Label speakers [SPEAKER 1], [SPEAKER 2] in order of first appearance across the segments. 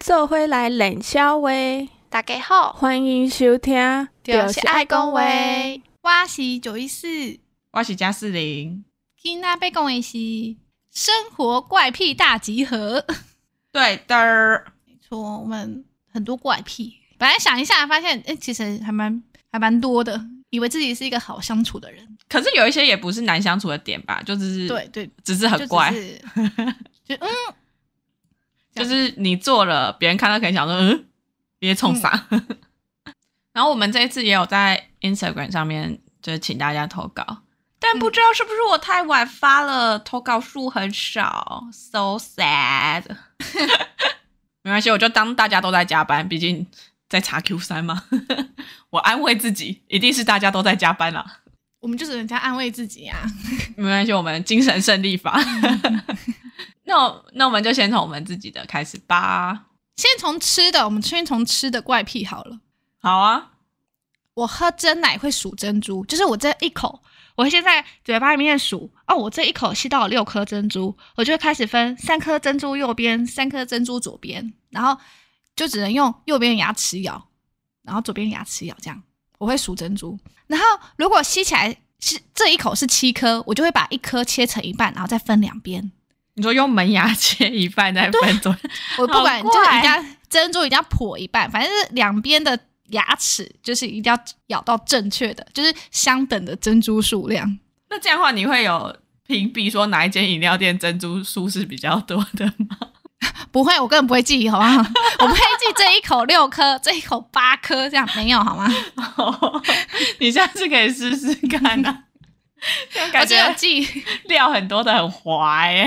[SPEAKER 1] 做伙来冷笑话，
[SPEAKER 2] 大家好，
[SPEAKER 1] 欢迎收听，
[SPEAKER 2] 就是爱讲话。我是九一四，
[SPEAKER 3] 我是嘉士林。
[SPEAKER 2] 今仔要讲的是生活怪癖大集合。
[SPEAKER 3] 对的儿，
[SPEAKER 2] 没错，我们很多怪癖。本来想一下，发现哎、诶其实还蛮还蛮多的，以为自己是一个好相处的人。
[SPEAKER 3] 可是有一些也不是难相处的点吧，就只是
[SPEAKER 2] 对，对，
[SPEAKER 3] 只是
[SPEAKER 2] 就
[SPEAKER 3] 嗯很
[SPEAKER 2] 只
[SPEAKER 3] 怪，
[SPEAKER 2] 是就嗯，这
[SPEAKER 3] 就
[SPEAKER 2] 样
[SPEAKER 3] 是你做了，别人看到可能想说，嗯，别冲啥。
[SPEAKER 2] 嗯
[SPEAKER 3] 然后我们这一次也有在 Instagram 上面，就是请大家投稿，但不知道是不是我太晚发了，投稿数很少，so sad。没关系，我就当大家都在加班，毕竟在查 Q 三嘛。 我安慰自己，一定是大家都在加班啦。
[SPEAKER 2] 我们就只能这样安慰自己啊。
[SPEAKER 3] 没关系，我们精神胜利 法。那我那我们就先从我们自己的开始吧。
[SPEAKER 2] 先从吃的，我们先从吃的怪癖好了。
[SPEAKER 3] 好啊，
[SPEAKER 2] 我喝真奶会数珍珠，就是我这一口，我会先在嘴巴里面数哦，我这一口吸到了六颗珍珠，我就会开始分三颗珍珠右边，三颗珍珠左边，然后就只能用右边的牙齿咬，然后左边的牙齿咬，这样我会数珍珠。然后如果吸起来是这一口是七颗，我就会把一颗切成一半，然后再分两边。
[SPEAKER 3] 你说用门牙切一半再分走，
[SPEAKER 2] 我不管，
[SPEAKER 3] 好
[SPEAKER 2] 就
[SPEAKER 3] 怪
[SPEAKER 2] 是一定要 珍珠一定要破一半，反正是两边的牙齿就是一定要咬到正确的，就是相等的珍珠数量。
[SPEAKER 3] 那这样的话你会有评比说哪一间饮料店珍珠数是比较多的吗？
[SPEAKER 2] 不会，我根本不会记，好不好？ 我不会记这一口六颗，这一口八颗，这样没有好吗？
[SPEAKER 3] 你下次可以试试看 啊。这样
[SPEAKER 2] 我
[SPEAKER 3] 感
[SPEAKER 2] 只有
[SPEAKER 3] 觉
[SPEAKER 2] 记，
[SPEAKER 3] 料很多的很滑哎、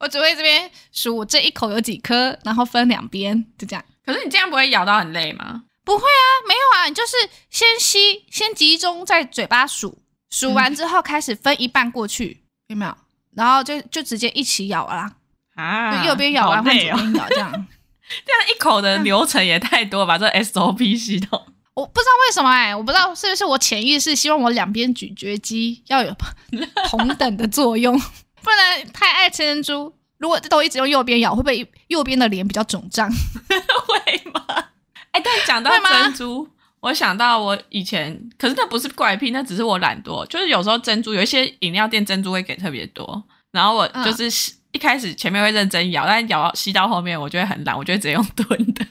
[SPEAKER 2] 我只会这边数我这一口有几颗，然后分两边，就这样。
[SPEAKER 3] 可是你这样不会咬到很累吗？
[SPEAKER 2] 没有啊，你就是先吸，先集中在嘴巴数，
[SPEAKER 3] 嗯
[SPEAKER 2] 数完之后开始分一半过去，有没有？然后就就直接一起咬啦，
[SPEAKER 3] 啊，
[SPEAKER 2] 就右边咬完
[SPEAKER 3] 好
[SPEAKER 2] 换
[SPEAKER 3] 累
[SPEAKER 2] 左
[SPEAKER 3] 哦。
[SPEAKER 2] 边咬这样。
[SPEAKER 3] 这样一口的流程也太多了吧？这 SOP 系统。
[SPEAKER 2] 我不知道为什么哎、我不知道是不是我潜意识希望我两边咀嚼肌要有同等的作 用，不然太爱吃珍珠。如果都一直用右边咬，会不会右边的脸比较肿胀？
[SPEAKER 3] 会吗？ 哎、但讲到
[SPEAKER 2] 会吗
[SPEAKER 3] 珍珠，我想到我以前，可是那不是怪癖，那只是我懒惰。就是有时候珍珠，有一些饮料店珍珠会给特别多，然后我
[SPEAKER 2] 嗯
[SPEAKER 3] 就是吸、一开始前面会认真咬，但咬到吸到后面，我就会很懒，我就会直接用吞的。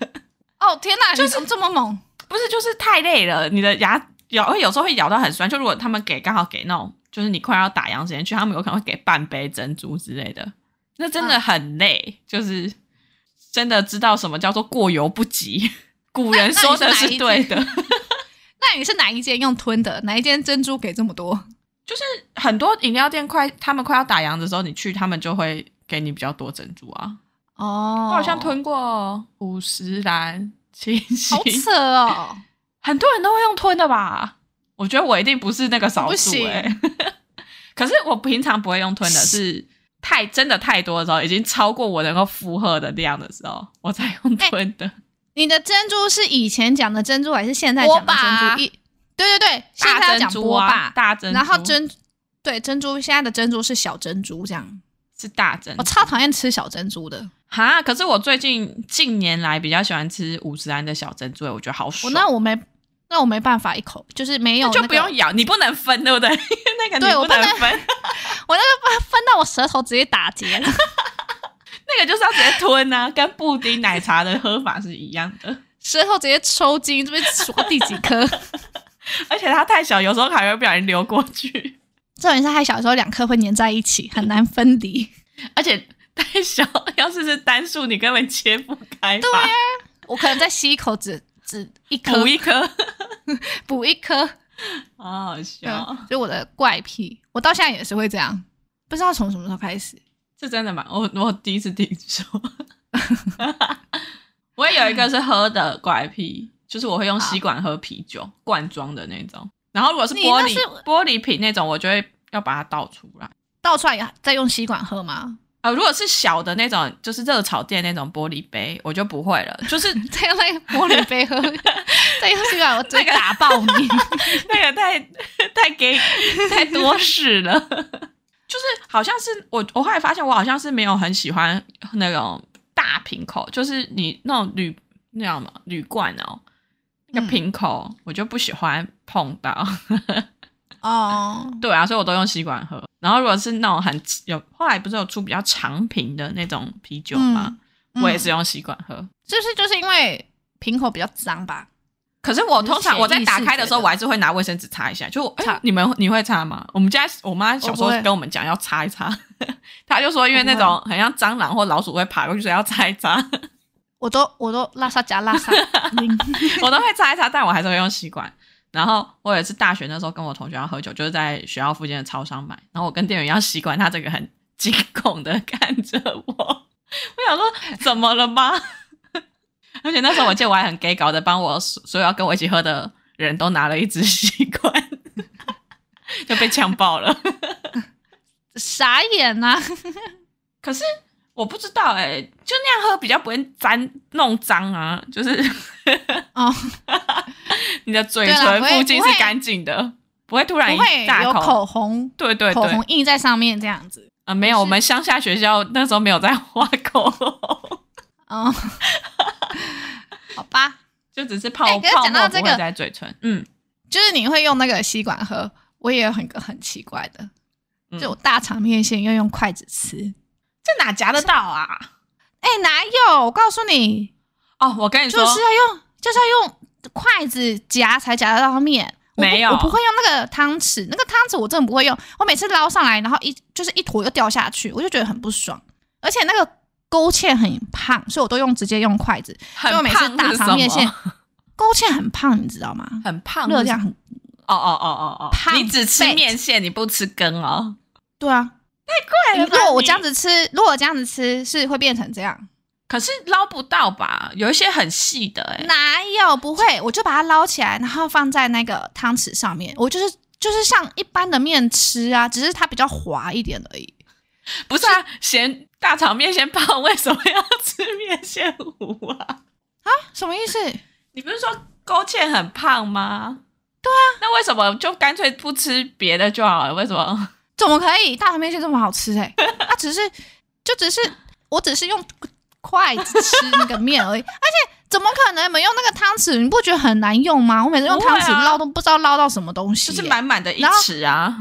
[SPEAKER 2] 哦天哪，你怎么这么猛？
[SPEAKER 3] 不是，就是太累了，你的牙咬会有时候会咬到很酸。就如果他们给刚好给那种，就是你快要打烊时间去，他们有可能会给半杯珍珠之类的，那真的很累，就是真的知道什么叫做过犹不及。 古人说的是对 的，
[SPEAKER 2] 那你是哪一间用吞的？哪一间珍珠给这么多？
[SPEAKER 3] 很多饮料店快他们快要打烊的时候，你去他们就会给你比较多珍珠啊。
[SPEAKER 2] 哦
[SPEAKER 3] 我好像吞过五十兰、七喜
[SPEAKER 2] 好，扯哦，
[SPEAKER 3] 很多人都会用吞的吧？我觉得我一定不是那个少
[SPEAKER 2] 不
[SPEAKER 3] 数
[SPEAKER 2] 行
[SPEAKER 3] 哎、 可是我平常不会用吞的，是太真的太多的时候，已经超过我能够负荷的量的时候，我才用吞
[SPEAKER 2] 哎
[SPEAKER 3] 的。
[SPEAKER 2] 你的珍珠是以前讲的珍珠，还是现在讲的珍
[SPEAKER 3] 波霸
[SPEAKER 2] 珠？一对对对，现在
[SPEAKER 3] 大
[SPEAKER 2] 要
[SPEAKER 3] 珍
[SPEAKER 2] 讲
[SPEAKER 3] 珠
[SPEAKER 2] 波霸
[SPEAKER 3] 啊，，大珍珠，
[SPEAKER 2] 然后珍对珍珠现在的珍珠是小珍珠这样。
[SPEAKER 3] 是大珍珠。
[SPEAKER 2] 我超讨厌吃小珍珠的。
[SPEAKER 3] 哈！可是我最近近年来比较喜欢吃五十安的小珍珠，我觉得好
[SPEAKER 2] 我
[SPEAKER 3] 爽。
[SPEAKER 2] 那我没，那我没办法一口，就是没有、
[SPEAKER 3] 那
[SPEAKER 2] 那个，
[SPEAKER 3] 就不用咬，你不能分，对不 对？那个
[SPEAKER 2] 对
[SPEAKER 3] 你
[SPEAKER 2] 我不
[SPEAKER 3] 能
[SPEAKER 2] 能
[SPEAKER 3] 分，
[SPEAKER 2] 我那个分分到我舌头直接打结 了，
[SPEAKER 3] 那个就是要直接吞啊，跟布丁奶茶的喝法是一样的。
[SPEAKER 2] 舌头直接抽筋，这边数到第几颗。
[SPEAKER 3] 而且它太小，有时候还会不小心流过去，
[SPEAKER 2] 重点是还小时候两颗会粘在一起，很难分离。
[SPEAKER 3] 而且太小，要是是单数，你根本切不开吧。对啊
[SPEAKER 2] 我可能再吸一口只只一颗
[SPEAKER 3] 补一颗，
[SPEAKER 2] 补一颗，嗯
[SPEAKER 3] 好好
[SPEAKER 2] 对
[SPEAKER 3] 笑，，
[SPEAKER 2] 所以我的怪癖，我到现在也是会这样，不知道从什么时候开始。
[SPEAKER 3] 这真的蛮我我第一次听 说。我也有一个是喝的怪癖，就是我会用吸管喝啤酒，罐装的那种。然后如果是玻璃
[SPEAKER 2] 你那是
[SPEAKER 3] 玻璃瓶那种，我就会要把它倒出来。
[SPEAKER 2] 倒出来也再用吸管喝吗？
[SPEAKER 3] 呃，如果是小的那种，就是热炒店那种玻璃杯，我就不会 了。就是
[SPEAKER 2] 再用那个玻璃杯 喝，再用吸管我直接打爆 你。
[SPEAKER 3] 那个太太给太多事 了，就是好像是我我后来发现我好像是没有很喜欢那种大瓶口，就是你那种铝那叫什么铝罐哦，那
[SPEAKER 2] 嗯
[SPEAKER 3] 个瓶口、我就不喜欢碰到。
[SPEAKER 2] 哦，
[SPEAKER 3] 对啊，所以我都用吸管喝。然后如果是那种很有，后来不是有出比较长瓶的那种啤酒吗？
[SPEAKER 2] 嗯
[SPEAKER 3] 我也是用吸管喝。
[SPEAKER 2] 是不是就是因为瓶口比较脏吧？
[SPEAKER 3] 可是我通常我在
[SPEAKER 2] 你是
[SPEAKER 3] 打
[SPEAKER 2] 潜意识
[SPEAKER 3] 开的时
[SPEAKER 2] 觉
[SPEAKER 3] 候，
[SPEAKER 2] 得
[SPEAKER 3] 我还是会拿卫生纸擦一下。就我哎、
[SPEAKER 2] 擦
[SPEAKER 3] 你们你会擦吗？我们家我妈小时候
[SPEAKER 2] 我不会
[SPEAKER 3] 跟我们讲要擦一擦， 她就说因为那种很像蟑螂或老鼠会爬过去，所以要擦一擦。
[SPEAKER 2] 我都我都拉萨加拉萨，
[SPEAKER 3] 我都会擦一擦，但我还是会用吸管。然后我也是大学那时候跟我同学要喝酒，就是在学校附近的超商买，然后我跟店员要吸管，他这个很惊恐的看着我， 我想说怎么了吗？ 而且那时候我记得我还很 gay 搞的，帮我所所有要跟我一起喝的人都拿了一支吸管， 就被呛爆了。
[SPEAKER 2] 傻眼啊呐、
[SPEAKER 3] 可是我不知道哎、就那样喝比较不会沾弄脏啊，就是
[SPEAKER 2] 哦，
[SPEAKER 3] 你的嘴
[SPEAKER 2] 对啦
[SPEAKER 3] 唇
[SPEAKER 2] 不会
[SPEAKER 3] 附近
[SPEAKER 2] 不会
[SPEAKER 3] 是干净的，不会突然
[SPEAKER 2] 不会
[SPEAKER 3] 一大
[SPEAKER 2] 有
[SPEAKER 3] 口。
[SPEAKER 2] 口红
[SPEAKER 3] 对对
[SPEAKER 2] 口
[SPEAKER 3] 对，
[SPEAKER 2] 红印在上面这样子。
[SPEAKER 3] 啊，没有，
[SPEAKER 2] 就是
[SPEAKER 3] 我们乡下学校那时候没有在画口红，
[SPEAKER 2] 哦， 好吧，
[SPEAKER 3] 就只是泡、
[SPEAKER 2] 哎可是
[SPEAKER 3] 泡
[SPEAKER 2] 讲
[SPEAKER 3] 沫
[SPEAKER 2] 到
[SPEAKER 3] 不
[SPEAKER 2] 这
[SPEAKER 3] 会
[SPEAKER 2] 个
[SPEAKER 3] 在嘴唇。嗯，
[SPEAKER 2] 就是你会用那个吸管喝，我也有很很奇怪的，
[SPEAKER 3] 嗯
[SPEAKER 2] 就我大肠面线要用筷子吃，
[SPEAKER 3] 这哪夹得到啊？
[SPEAKER 2] 哎、哪有？我告诉你，
[SPEAKER 3] 哦，我跟你
[SPEAKER 2] 就
[SPEAKER 3] 说，
[SPEAKER 2] 是要用就是要用筷子夹才夹得到面。我不
[SPEAKER 3] 没有
[SPEAKER 2] 我不会用那个汤匙，那个汤匙我真的不会用。我每次捞上来，然后一就是一坨又掉下去，我就觉得很不爽。而且那个勾芡很胖，所以我都用直接用筷子。
[SPEAKER 3] 很
[SPEAKER 2] 就每次
[SPEAKER 3] 胖
[SPEAKER 2] 大
[SPEAKER 3] 是
[SPEAKER 2] 肠
[SPEAKER 3] 什
[SPEAKER 2] 面
[SPEAKER 3] 么
[SPEAKER 2] 线，勾�芡很胖，你知道吗？
[SPEAKER 3] 很胖
[SPEAKER 2] 热
[SPEAKER 3] 是
[SPEAKER 2] 量
[SPEAKER 3] 什么。
[SPEAKER 2] 很
[SPEAKER 3] 哦哦哦哦哦，
[SPEAKER 2] 胖
[SPEAKER 3] 你只吃
[SPEAKER 2] fat
[SPEAKER 3] 面线，你不吃羹哦。
[SPEAKER 2] 对啊。
[SPEAKER 3] 对
[SPEAKER 2] 如果我这样
[SPEAKER 3] 子，
[SPEAKER 2] 子吃，如果我这样子吃是会变成这样，
[SPEAKER 3] 可是捞不到吧？有一些很细的哎、
[SPEAKER 2] 哪有不会？我就把它捞起来，然后放在那个汤匙上面，我就是就是像一般的面吃啊，只是它比较滑一点而已。
[SPEAKER 3] 不是啊，嫌大肠面线胖，为什么要吃面线糊啊？
[SPEAKER 2] 什么意思？
[SPEAKER 3] 你不是说勾芡很胖吗？对啊，那为什么就干脆不吃别的就好了？为什 么？
[SPEAKER 2] 怎么可以？大肠面线这么好吃哎、欸？啊，只是就只是我只是用筷子吃那个面而已，而 且怎么可能你们用那个汤匙？你不觉得很难用吗？我每次用汤匙
[SPEAKER 3] 不会啊
[SPEAKER 2] 捞都不知道捞到什么东西
[SPEAKER 3] 啊就
[SPEAKER 2] 欸、
[SPEAKER 3] 是满满的一
[SPEAKER 2] 然后
[SPEAKER 3] 匙啊！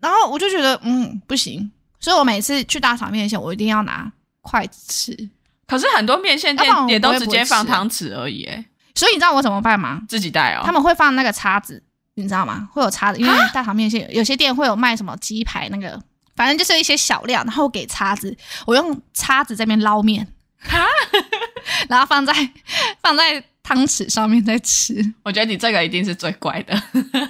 [SPEAKER 2] 然后我就觉得嗯不行，所以我每次去大肠面线，我一定要拿筷子吃。
[SPEAKER 3] 可是很多面线店
[SPEAKER 2] 要不然我
[SPEAKER 3] 也都
[SPEAKER 2] 不会
[SPEAKER 3] 直
[SPEAKER 2] 不
[SPEAKER 3] 接
[SPEAKER 2] 会吃
[SPEAKER 3] 放
[SPEAKER 2] 欸
[SPEAKER 3] 汤匙而已，哎，
[SPEAKER 2] 所以你知道我怎么办吗？
[SPEAKER 3] 自己带哦。
[SPEAKER 2] 他们会放那个叉子，你知道吗？会有叉子，因为大肠面线有有些店会有卖什么鸡排那个，反正就是一些小料，然后给叉子，我用叉子这边捞面， 然后放在放在汤匙上面再吃。
[SPEAKER 3] 我觉得你这个一定是最乖的，
[SPEAKER 2] 大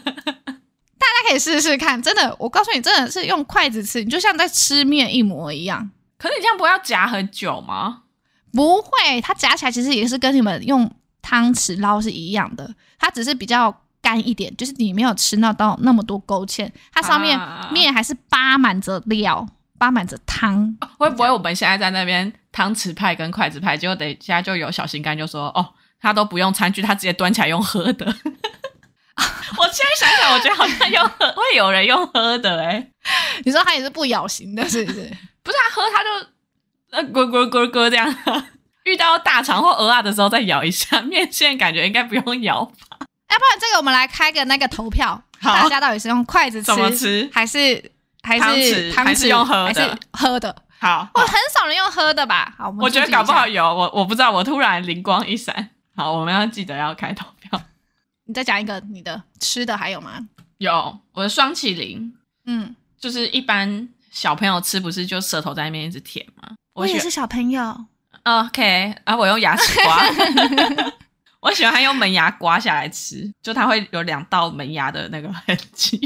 [SPEAKER 2] 家可以试试看，真的，我告诉你，真的是用筷子吃，你就像在吃面一模一样。
[SPEAKER 3] 可是你这样不要夹很久吗？
[SPEAKER 2] 不会，它夹起来其实也是跟你们用汤匙捞是一样的，它只是比较干一点，就是你没有吃到到那么多勾芡，它上面
[SPEAKER 3] 啊
[SPEAKER 2] 面还是扒满着料，扒满着 汤。
[SPEAKER 3] 会不会我们现在在那边汤匙派跟筷子派，结果等一下就有小心肝就说哦，他都不用餐具，他直接端起来用喝的。 我现在想想，我觉得好像用喝会有人用喝的哎、
[SPEAKER 2] 你说它也是不咬型的， 是不是？
[SPEAKER 3] 不是啊，喝它就呃咕咕咕咕这样。 遇到大肠或鹅啊的时候再咬一下，面线感觉应该不用咬吧？
[SPEAKER 2] 要不然这个我们来开个那个投票，
[SPEAKER 3] 好
[SPEAKER 2] 大家到底是用筷子吃
[SPEAKER 3] 怎么吃？
[SPEAKER 2] 还是还
[SPEAKER 3] 汤
[SPEAKER 2] 是
[SPEAKER 3] 匙
[SPEAKER 2] 汤
[SPEAKER 3] 还是用喝的
[SPEAKER 2] 还是喝的？
[SPEAKER 3] 好，
[SPEAKER 2] 我很少人用喝的吧？好，我们
[SPEAKER 3] 我觉得
[SPEAKER 2] 注意一下
[SPEAKER 3] 搞不好有我，我不知道。我突然灵光一闪，好，我们要记得要开投票。
[SPEAKER 2] 你再讲一个你的吃的还有吗？
[SPEAKER 3] 有我的双麒麟，
[SPEAKER 2] 嗯，
[SPEAKER 3] 就是一般小朋友吃不是就舌头在那边一直舔吗？
[SPEAKER 2] 我也
[SPEAKER 3] 喜
[SPEAKER 2] 是小朋友。
[SPEAKER 3] OK 啊，我用牙齿 刮，我喜欢用门牙刮下来吃，就它会有两道门牙的那个痕迹，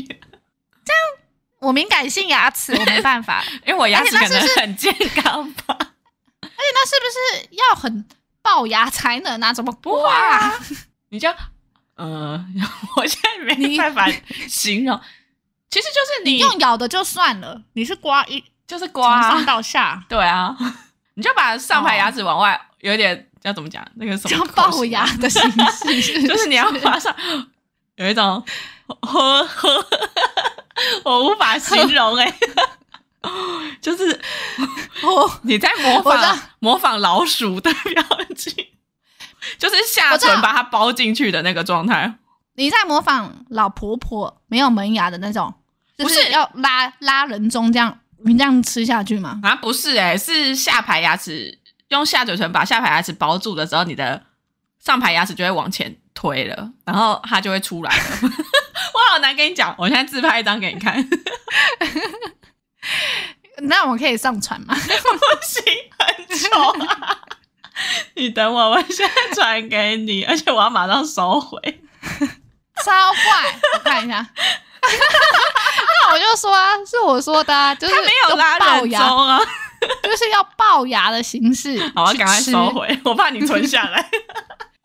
[SPEAKER 2] 我敏感性牙齿，我没办 法。哎
[SPEAKER 3] 因为我牙齿
[SPEAKER 2] 而
[SPEAKER 3] 可
[SPEAKER 2] 且那
[SPEAKER 3] 能
[SPEAKER 2] 是
[SPEAKER 3] 很健康吧。
[SPEAKER 2] 那是不是要很龅牙才能啊？怎么 不会
[SPEAKER 3] 哇
[SPEAKER 2] 啊？
[SPEAKER 3] 你就呃， 我现在没
[SPEAKER 2] 你
[SPEAKER 3] 办法形容，其实就是你
[SPEAKER 2] 用咬的就算了，你是刮一
[SPEAKER 3] 就是
[SPEAKER 2] 从
[SPEAKER 3] 刮、
[SPEAKER 2] 上到哦下，
[SPEAKER 3] 对啊，你就把上排牙齿往外，有一点要怎么讲？那个什
[SPEAKER 2] 像
[SPEAKER 3] 么啊
[SPEAKER 2] 龅牙，的形式， 是
[SPEAKER 3] 就是你要把上有一种呵呵， 我无欸 法形容哎、就是
[SPEAKER 2] 哦，
[SPEAKER 3] 你在模
[SPEAKER 2] 我知道
[SPEAKER 3] 仿模仿老鼠的标记， 就是下唇把它包进去的那个状态。
[SPEAKER 2] 你在模仿老婆婆没有门牙的那种，就
[SPEAKER 3] 不
[SPEAKER 2] 是
[SPEAKER 3] 是
[SPEAKER 2] 要拉拉人中这样，你这样吃下去吗？
[SPEAKER 3] 啊，不是哎、是下排牙齿用下嘴唇把下排牙齿包住的时候，你的上排牙齿就会往前推了，然后它就会出来了。 我好难跟你讲，我现在自拍一张给你看，不
[SPEAKER 2] 那我可以上传吗？
[SPEAKER 3] 行，很丑、啊。 你等我，我现在传给你，而且我要马上收回。
[SPEAKER 2] 超怪，我看一 下。那我就说啊，是我说的、啊，就是
[SPEAKER 3] 他没有拉
[SPEAKER 2] 要龅
[SPEAKER 3] 人中
[SPEAKER 2] 牙，
[SPEAKER 3] 啊！
[SPEAKER 2] 就是要龅牙的形式。
[SPEAKER 3] 好，我要赶快收。回，我怕你存下来。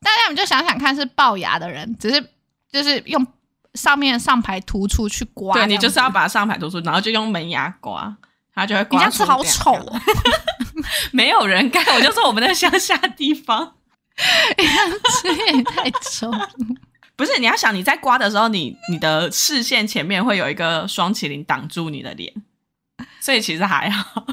[SPEAKER 2] 大家你们就想想看，是龅牙的人，只是就是用上面上排突出去刮。
[SPEAKER 3] 对你就是要
[SPEAKER 2] 把，
[SPEAKER 3] 把上排吐出，然后就用门牙刮，它就会
[SPEAKER 2] 你
[SPEAKER 3] 刮。
[SPEAKER 2] 这样吃好丑哦，
[SPEAKER 3] 没有人干，我就说我们在乡下地方。
[SPEAKER 2] 这也太丑了。
[SPEAKER 3] 不是，你要想你在刮的时候，你你的视线前面会有一个双麒麟挡住你的脸，所以其实还好。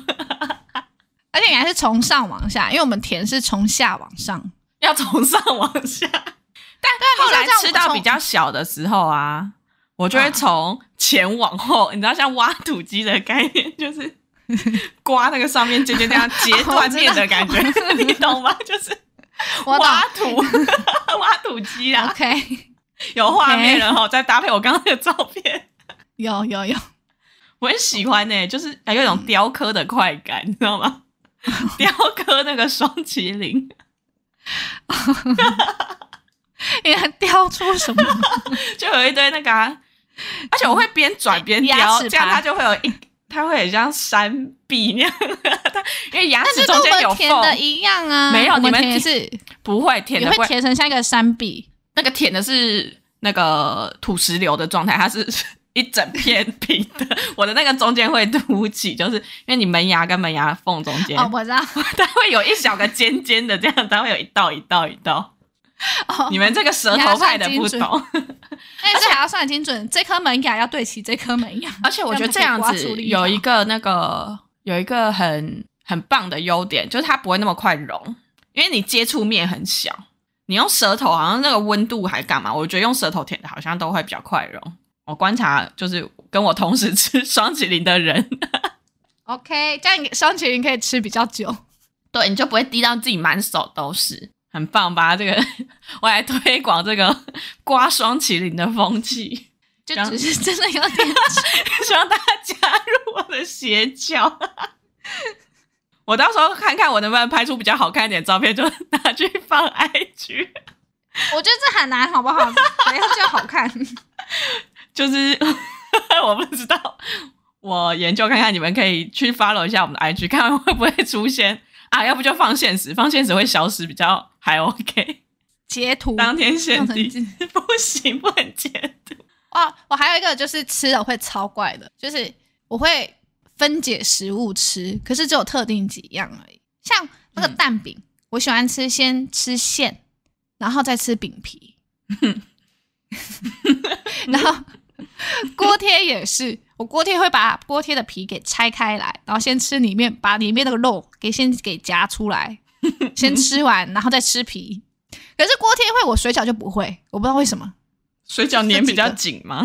[SPEAKER 2] 而且你还是从上往下，因为我们甜是从下往上。
[SPEAKER 3] 要从上往下，但
[SPEAKER 2] 啊你
[SPEAKER 3] 后来
[SPEAKER 2] 像这样
[SPEAKER 3] 吃到
[SPEAKER 2] 从
[SPEAKER 3] 比较小的时候啊，我就会从前往后，你知道像挖土机的概念，就是刮那个上面尖尖那样 截断面的感觉，你懂吗？就是
[SPEAKER 2] 我懂
[SPEAKER 3] 挖土挖土机啊，
[SPEAKER 2] OK，
[SPEAKER 3] 有画面然后再搭配我刚刚的照片。
[SPEAKER 2] 有有有，
[SPEAKER 3] 我很喜欢呢、就是有一种雕刻的快感，你知道吗？ 雕刻那个双麒麟，
[SPEAKER 2] 你还雕出什 么？
[SPEAKER 3] 就有一堆那个、啊，而且我会边 转边
[SPEAKER 2] 牙
[SPEAKER 3] 雕，
[SPEAKER 2] 齿
[SPEAKER 3] 这样
[SPEAKER 2] 盘
[SPEAKER 3] 它就会有一，它会很像山壁那样， 它因为牙
[SPEAKER 2] 但
[SPEAKER 3] 齿
[SPEAKER 2] 是
[SPEAKER 3] 中
[SPEAKER 2] 跟我
[SPEAKER 3] 间有
[SPEAKER 2] 们甜的
[SPEAKER 3] 缝，
[SPEAKER 2] 一样啊，
[SPEAKER 3] 没有
[SPEAKER 2] 我
[SPEAKER 3] 你
[SPEAKER 2] 们
[SPEAKER 3] 们
[SPEAKER 2] 甜也
[SPEAKER 3] 甜
[SPEAKER 2] 是
[SPEAKER 3] 不会甜
[SPEAKER 2] 也
[SPEAKER 3] 的
[SPEAKER 2] 会
[SPEAKER 3] 会，
[SPEAKER 2] 甜成像一个山壁。
[SPEAKER 3] 那个甜的是那个土石流的状态，它是 一整片平的，我的那个中间会凸起， 就是因为你门牙跟门牙缝中间，
[SPEAKER 2] 哦，我知道。
[SPEAKER 3] 它会有一小个尖尖的，这样它会有一道一道一道。
[SPEAKER 2] 哦
[SPEAKER 3] 你们这个舌头派的不懂，
[SPEAKER 2] 哎，这还要算得精准，这颗门牙要对齐这颗门牙。
[SPEAKER 3] 而且我觉得这样子有一个那个有一个很很棒的优点，就是它不会那么快融，因为你接触面很小，你用舌头好像那个温度还干嘛？我觉得用舌头舔的好像都会比较快融。我观察就是跟我同时吃双麒麟的人，
[SPEAKER 2] OK，这样你双麒麟可以吃比较久。
[SPEAKER 3] 对，你就不会滴到自己满手都是，很棒吧？这个 我来推广这个刮双麒麟的风气。
[SPEAKER 2] 就
[SPEAKER 3] 这样
[SPEAKER 2] 只是真的有点
[SPEAKER 3] 希望大家加入我的邪教。 我到时候看看我能不能拍出比较好看一点的照片，就拿去放 IG。
[SPEAKER 2] 我觉得这很难，好不好？怎样叫好看？
[SPEAKER 3] 就是 我不知道，我研究看看，你们可以去 follow 一下我们的 IG，看看会不会出现啊？要不就放现实，放现实会消失，比较还 OK。
[SPEAKER 2] 截图
[SPEAKER 3] 当天限
[SPEAKER 2] 弄成
[SPEAKER 3] 定 不行，不能截图。
[SPEAKER 2] 哦，我还有一个就是吃了会超怪的，就是我会分解食物吃，可是只有特定几样而已。像那个
[SPEAKER 3] 嗯
[SPEAKER 2] 蛋饼，我喜欢吃先吃馅，然后再吃饼皮，然后锅贴也是。我锅贴会把锅贴的皮给拆开来，然后先吃里面，把里面那个肉给先给夹出来，先吃完，然后再吃皮。可是锅贴会，我水饺就不会，我不知道为什么。
[SPEAKER 3] 水饺粘比较
[SPEAKER 2] 这
[SPEAKER 3] 紧吗？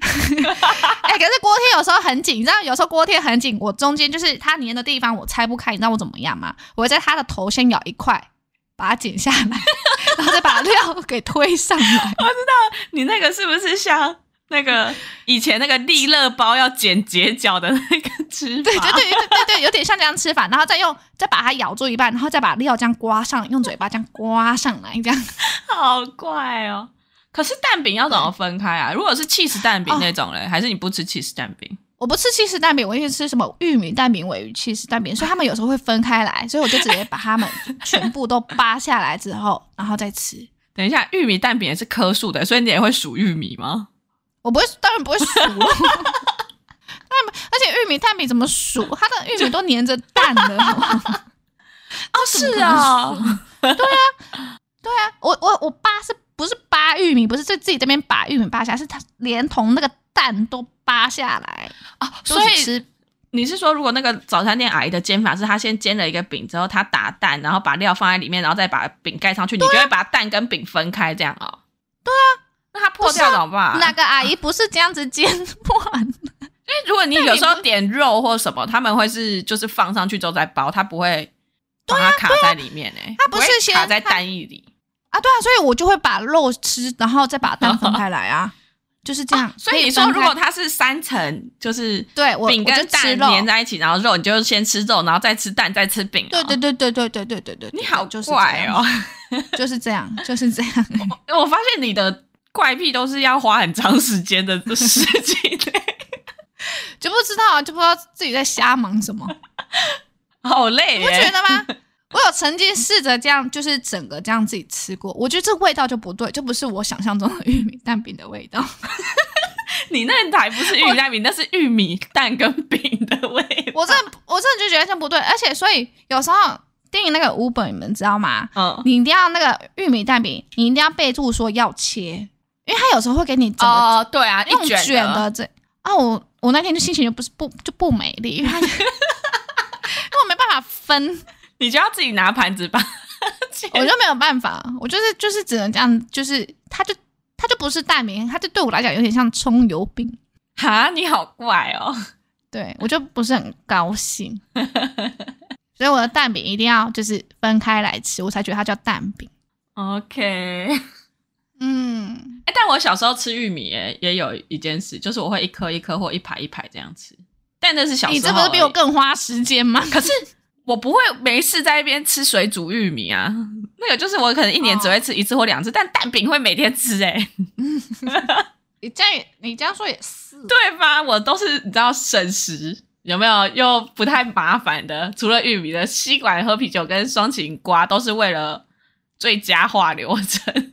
[SPEAKER 2] 哎、可是锅贴有时候很紧，你知道，有时候锅贴很紧，我中间就是它粘的地方我拆不开，你知道我怎么样吗？我会在它的头先咬一块，把它剪下来， 然后再把料给推上来。
[SPEAKER 3] 你那个是不是像那个以前那个利乐包要剪截角的那个吃
[SPEAKER 2] 对
[SPEAKER 3] 法？
[SPEAKER 2] 对对对对对，有点像这样吃法，然后再用再把它咬住一半，然后再把料这样刮上，用嘴巴这样刮上来，这样。
[SPEAKER 3] 好怪哦。可是蛋饼要怎么分开啊？如果是 cheese 蛋饼那种嘞，还是你不吃 cheese 蛋饼？
[SPEAKER 2] 我不吃起司蛋饼，我一直吃什么玉米蛋饼、尾鱼起司蛋饼，所以他们有时候会分开来，所以我就直接把它们全部都扒下来之后，然后再吃。
[SPEAKER 3] 等一下，玉米蛋饼也是颗数的，所以你也会数玉米吗？
[SPEAKER 2] 我不会，当然不会 数。当然不，而且玉米蛋饼怎么数？它的玉米都粘着蛋 了。哦，
[SPEAKER 3] 是啊，
[SPEAKER 2] 我我我扒是不是扒玉米？不是在自己这边把玉米扒下，是它连同那个蛋都扒下来。
[SPEAKER 3] 啊，
[SPEAKER 2] 都
[SPEAKER 3] 所
[SPEAKER 2] 是
[SPEAKER 3] 以
[SPEAKER 2] 吃
[SPEAKER 3] 你是说，如果那个早餐店阿姨的煎法是她先煎了一个饼之后，她打蛋，然后把料放在里面，然后再把饼盖上去，你就会把蛋跟饼分开这样哦？对啊，那它破掉怎么办？啊
[SPEAKER 2] 哪个阿姨不是这样子煎 完的？
[SPEAKER 3] 因为如果你有时候点肉或什么，他们会是就是放上去之后再包，它不会把它卡在里面哎、欸，
[SPEAKER 2] 啊它不是
[SPEAKER 3] 会
[SPEAKER 2] 先
[SPEAKER 3] 卡在蛋液里。
[SPEAKER 2] 啊，对啊，所以我就会把肉吃，然后再把蛋分开来 啊，就是这样。
[SPEAKER 3] 哦所以你说，
[SPEAKER 2] 分
[SPEAKER 3] 如
[SPEAKER 2] 开
[SPEAKER 3] 果它是三层，就是
[SPEAKER 2] 对我
[SPEAKER 3] 饼
[SPEAKER 2] 我就
[SPEAKER 3] 跟
[SPEAKER 2] 吃
[SPEAKER 3] 蛋
[SPEAKER 2] 肉
[SPEAKER 3] 粘在一起，然后肉你就先吃肉，然后再吃蛋，再吃饼、哦。
[SPEAKER 2] 对对对对对对对对对，
[SPEAKER 3] 你好
[SPEAKER 2] 就是
[SPEAKER 3] 怪哦！
[SPEAKER 2] 就是这样，就是这样，就是这样。
[SPEAKER 3] 我发现你的怪癖都是要花很长时间的事情。
[SPEAKER 2] 就不知道就不知道自己在瞎忙什么，
[SPEAKER 3] 好累欸
[SPEAKER 2] 你不觉
[SPEAKER 3] 耶！
[SPEAKER 2] 得吗？我有曾经试着这样，就是整个这样自己吃过，我觉得这味道就不对，就不是我想象中的玉米蛋饼的味道。
[SPEAKER 3] 你那台不是玉米蛋饼，那是玉米蛋跟饼的味道。
[SPEAKER 2] 我真的我真的就觉得这不对，而且所以有时候订那个五本，你们知道吗？
[SPEAKER 3] 嗯，
[SPEAKER 2] 你一定要那个玉米蛋饼，你一定要备注说要切，因为它有时候会给你整个，
[SPEAKER 3] 对啊，
[SPEAKER 2] 呃用
[SPEAKER 3] 一卷
[SPEAKER 2] 卷的这啊，我我那天就心情就不是不就不美丽，因为它就 因为我没办法分，
[SPEAKER 3] 你就要自己拿盘子吧。
[SPEAKER 2] 我就没有办法，我就是就是只能这样，就是它就它就不是蛋饼，它就对我来讲有点像葱油饼，
[SPEAKER 3] 哈，你好怪哦！
[SPEAKER 2] 对我就不是很高 兴，所以我的蛋饼一定要就是分开来吃，我才觉得它叫蛋饼。
[SPEAKER 3] OK，哎、
[SPEAKER 2] 嗯，
[SPEAKER 3] 但我小时候吃玉米也也有一件事，就是我会一颗一颗或一排一排这样吃，但那是小时候。
[SPEAKER 2] 你这不是比我？更花时间吗？
[SPEAKER 3] 可是我不会没事在那边吃水煮玉米啊， 那个就是我可能一年只会吃一次或两次，但蛋饼会每天吃、哎，
[SPEAKER 2] 你这样也你这样说也是，
[SPEAKER 3] 对吧？我都是你知道省时。有没有又不太麻烦的？除了玉米的吸管、喝啤酒跟双擎瓜，都是为了最佳化流程。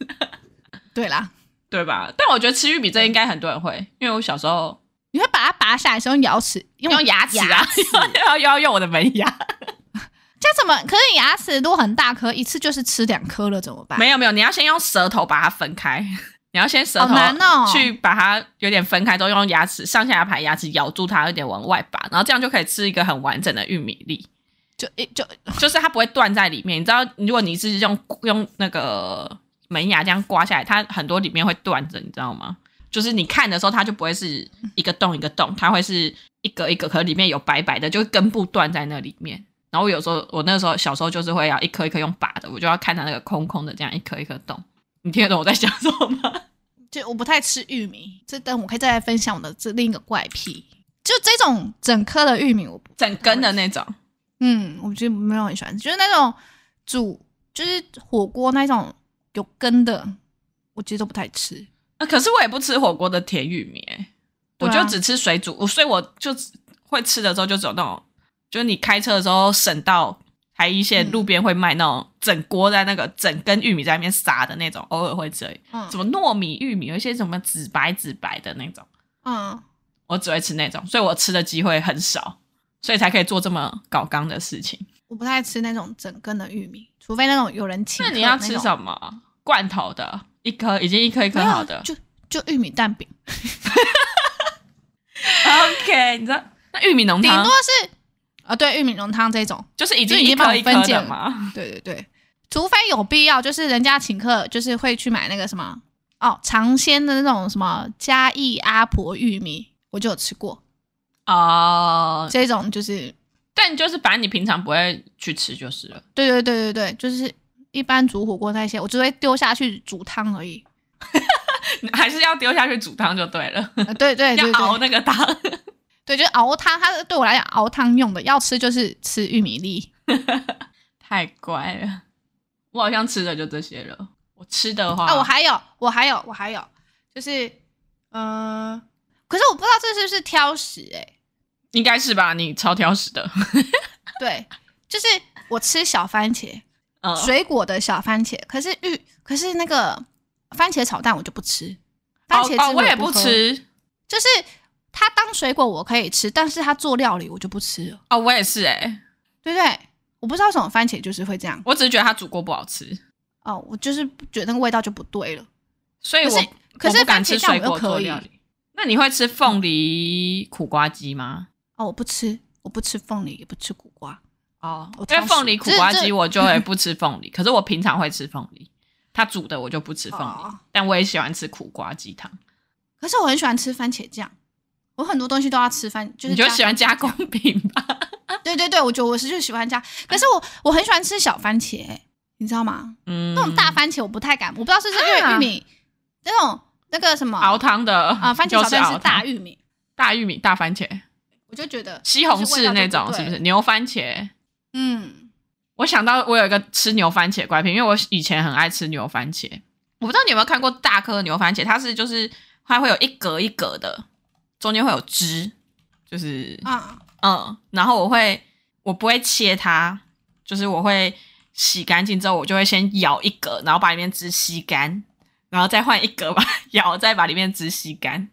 [SPEAKER 2] 对啦，
[SPEAKER 3] 对吧？但我觉得吃玉米这应该很多人会，因为我小时候
[SPEAKER 2] 你会把它拔下来，是用牙齿，用
[SPEAKER 3] 用牙齿啊， 要要用我的门牙。
[SPEAKER 2] 这样怎么？可是你牙齿如果很大颗，一次就是吃两颗了，怎么办？
[SPEAKER 3] 没有没有，你要先用舌头把它分开，你要先舌头
[SPEAKER 2] 好难哦
[SPEAKER 3] 去把它有点分开，之后用牙齿上下牙排牙齿咬住它，有点往外拔，然后这样就可以吃一个很完整的玉米粒，
[SPEAKER 2] 就一就
[SPEAKER 3] 就是它不会断在里面。你知道，如果你是用用那个门牙这样刮下来，它很多里面会断着，你知道吗？就是你看的时候，它就不会是一个洞一个洞，它会是一个一个，可里面有白白的，就是根部断在那里面。然后我有时候，我那时候小时候就是会要一颗一颗用拔的，我就要看它那个空空的这样一颗一颗洞。你听得懂我在讲什么吗？
[SPEAKER 2] 就我不太吃玉米，这等我可以再来分享我的这另一个怪癖，就这种整颗的玉米我不，
[SPEAKER 3] 整根的那种，
[SPEAKER 2] 嗯，我就没有很喜欢，就是那种煮就是火锅那种有根的，我其实都不太吃。
[SPEAKER 3] 啊可是我也不吃火锅的甜玉米、欸，我
[SPEAKER 2] 对啊
[SPEAKER 3] 就只吃水煮，我所以我就只会吃的时候就只有那种，就是你开车的时候省到台一线
[SPEAKER 2] 嗯
[SPEAKER 3] 路边会卖那种整锅在那个整根玉米在那边撒的那种，偶尔会吃而已。
[SPEAKER 2] 嗯
[SPEAKER 3] 什么糯米玉米，有一些什么紫白紫白的那种，
[SPEAKER 2] 嗯，
[SPEAKER 3] 我只会吃那种，所以我吃的机会很少，所以才可以做这么搞纲的事情。
[SPEAKER 2] 我不太吃那种整根的玉米，除非那种有人请
[SPEAKER 3] 那
[SPEAKER 2] 客
[SPEAKER 3] 你
[SPEAKER 2] 种。
[SPEAKER 3] 要吃什么？罐头的，一颗已经一颗一颗
[SPEAKER 2] 没有
[SPEAKER 3] 好的。
[SPEAKER 2] 就就玉米蛋饼，
[SPEAKER 3] OK，你知道那玉米浓
[SPEAKER 2] 顶
[SPEAKER 3] 汤
[SPEAKER 2] 多是啊，对，玉米浓汤这种。
[SPEAKER 3] 就是已
[SPEAKER 2] 就
[SPEAKER 3] 经
[SPEAKER 2] 已
[SPEAKER 3] 一
[SPEAKER 2] 经帮
[SPEAKER 3] 颗
[SPEAKER 2] 我
[SPEAKER 3] 一颗
[SPEAKER 2] 分
[SPEAKER 3] 的
[SPEAKER 2] 拣
[SPEAKER 3] 嘛。
[SPEAKER 2] 对对对，除非有必要，就是人家请客，就是会去买那个什么哦，尝鲜的那种什么嘉义阿婆玉米，我就有吃过。
[SPEAKER 3] 哦、
[SPEAKER 2] 这种就是，
[SPEAKER 3] 但就是反正你平常不会去吃就是了。
[SPEAKER 2] 对对对对对，就是一般煮火锅那些，我只会丢下去煮汤而已。
[SPEAKER 3] 还是要丢下去煮汤就对了，
[SPEAKER 2] 呃对对对
[SPEAKER 3] 要熬
[SPEAKER 2] 对，
[SPEAKER 3] 那个汤。
[SPEAKER 2] 对就是熬汤，它是对我来讲熬汤用的，要吃就是吃玉米粒。
[SPEAKER 3] 太乖了，我好像吃的就这些了。我吃的话，
[SPEAKER 2] 啊，我还有，我还有，我还有，就是嗯、呃可是我不知道这是不是挑食哎、
[SPEAKER 3] 应该是吧？你超挑 食的，
[SPEAKER 2] 对，就是我吃小番茄。
[SPEAKER 3] 嗯，
[SPEAKER 2] 水果的小番茄，可是玉，可是那个番茄炒蛋我就不吃，番茄汁
[SPEAKER 3] 哦哦我也
[SPEAKER 2] 不
[SPEAKER 3] 不
[SPEAKER 2] 喝，
[SPEAKER 3] 吃，
[SPEAKER 2] 就是它当水果我可以吃，但是它做料理我就不吃了，
[SPEAKER 3] 哦，我也是哎、
[SPEAKER 2] 对不对？我不知道为什么番茄就是会这样
[SPEAKER 3] 我只是觉得它煮过不好吃，
[SPEAKER 2] 哦，我就是觉得那个味道就不对了。
[SPEAKER 3] 所以
[SPEAKER 2] 可
[SPEAKER 3] 我
[SPEAKER 2] 是可是
[SPEAKER 3] 我不
[SPEAKER 2] 番
[SPEAKER 3] 敢
[SPEAKER 2] 茄
[SPEAKER 3] 吃
[SPEAKER 2] 酱
[SPEAKER 3] 水
[SPEAKER 2] 我又
[SPEAKER 3] 果做
[SPEAKER 2] 可以
[SPEAKER 3] 料理。那你会吃凤梨苦瓜鸡吗？
[SPEAKER 2] 哦，我不吃，我不吃凤梨，也不吃苦瓜。
[SPEAKER 3] 哦
[SPEAKER 2] 我，
[SPEAKER 3] 因为
[SPEAKER 2] 超
[SPEAKER 3] 凤梨
[SPEAKER 2] 熟
[SPEAKER 3] 苦
[SPEAKER 2] 这
[SPEAKER 3] 瓜
[SPEAKER 2] 这
[SPEAKER 3] 鸡我就会不吃凤梨，可是我平常会吃凤梨，它煮的我就不吃凤梨
[SPEAKER 2] 哦，
[SPEAKER 3] 但我也喜欢吃苦瓜鸡汤。
[SPEAKER 2] 可是我很喜欢吃番茄酱，我很多东西都要吃番，就是
[SPEAKER 3] 你就
[SPEAKER 2] 加
[SPEAKER 3] 喜欢加工品吧？
[SPEAKER 2] 对对对，我觉得我是就喜欢加，可是我我很喜欢吃小番茄、你知道吗？
[SPEAKER 3] 嗯，
[SPEAKER 2] 那种大番茄我不太敢，我不知道是不是因为
[SPEAKER 3] 啊
[SPEAKER 2] 玉米、那种那个什么
[SPEAKER 3] 嗯熬汤的
[SPEAKER 2] 啊，番茄
[SPEAKER 3] 就
[SPEAKER 2] 炒
[SPEAKER 3] 是
[SPEAKER 2] 蛋
[SPEAKER 3] 熬
[SPEAKER 2] 是大
[SPEAKER 3] 汤
[SPEAKER 2] 玉米，
[SPEAKER 3] 大玉米、大番茄、
[SPEAKER 2] 我就觉得
[SPEAKER 3] 西红
[SPEAKER 2] 就是味道就
[SPEAKER 3] 柿那种，
[SPEAKER 2] 对
[SPEAKER 3] 是不是？？牛番茄。
[SPEAKER 2] 嗯，
[SPEAKER 3] 我想到我有一个吃牛番茄怪癖，因为我以前很爱吃牛番茄。我不知道你有没有看过大颗的牛番茄，它是就是它会有一格一格的，中间会有汁，就是
[SPEAKER 2] 啊，
[SPEAKER 3] 嗯，然后我会，我不会切它，就是我会洗干净之后，我就会先咬一格，然后把里面汁吸干，然后再换一格 把咬，再把里面汁吸干，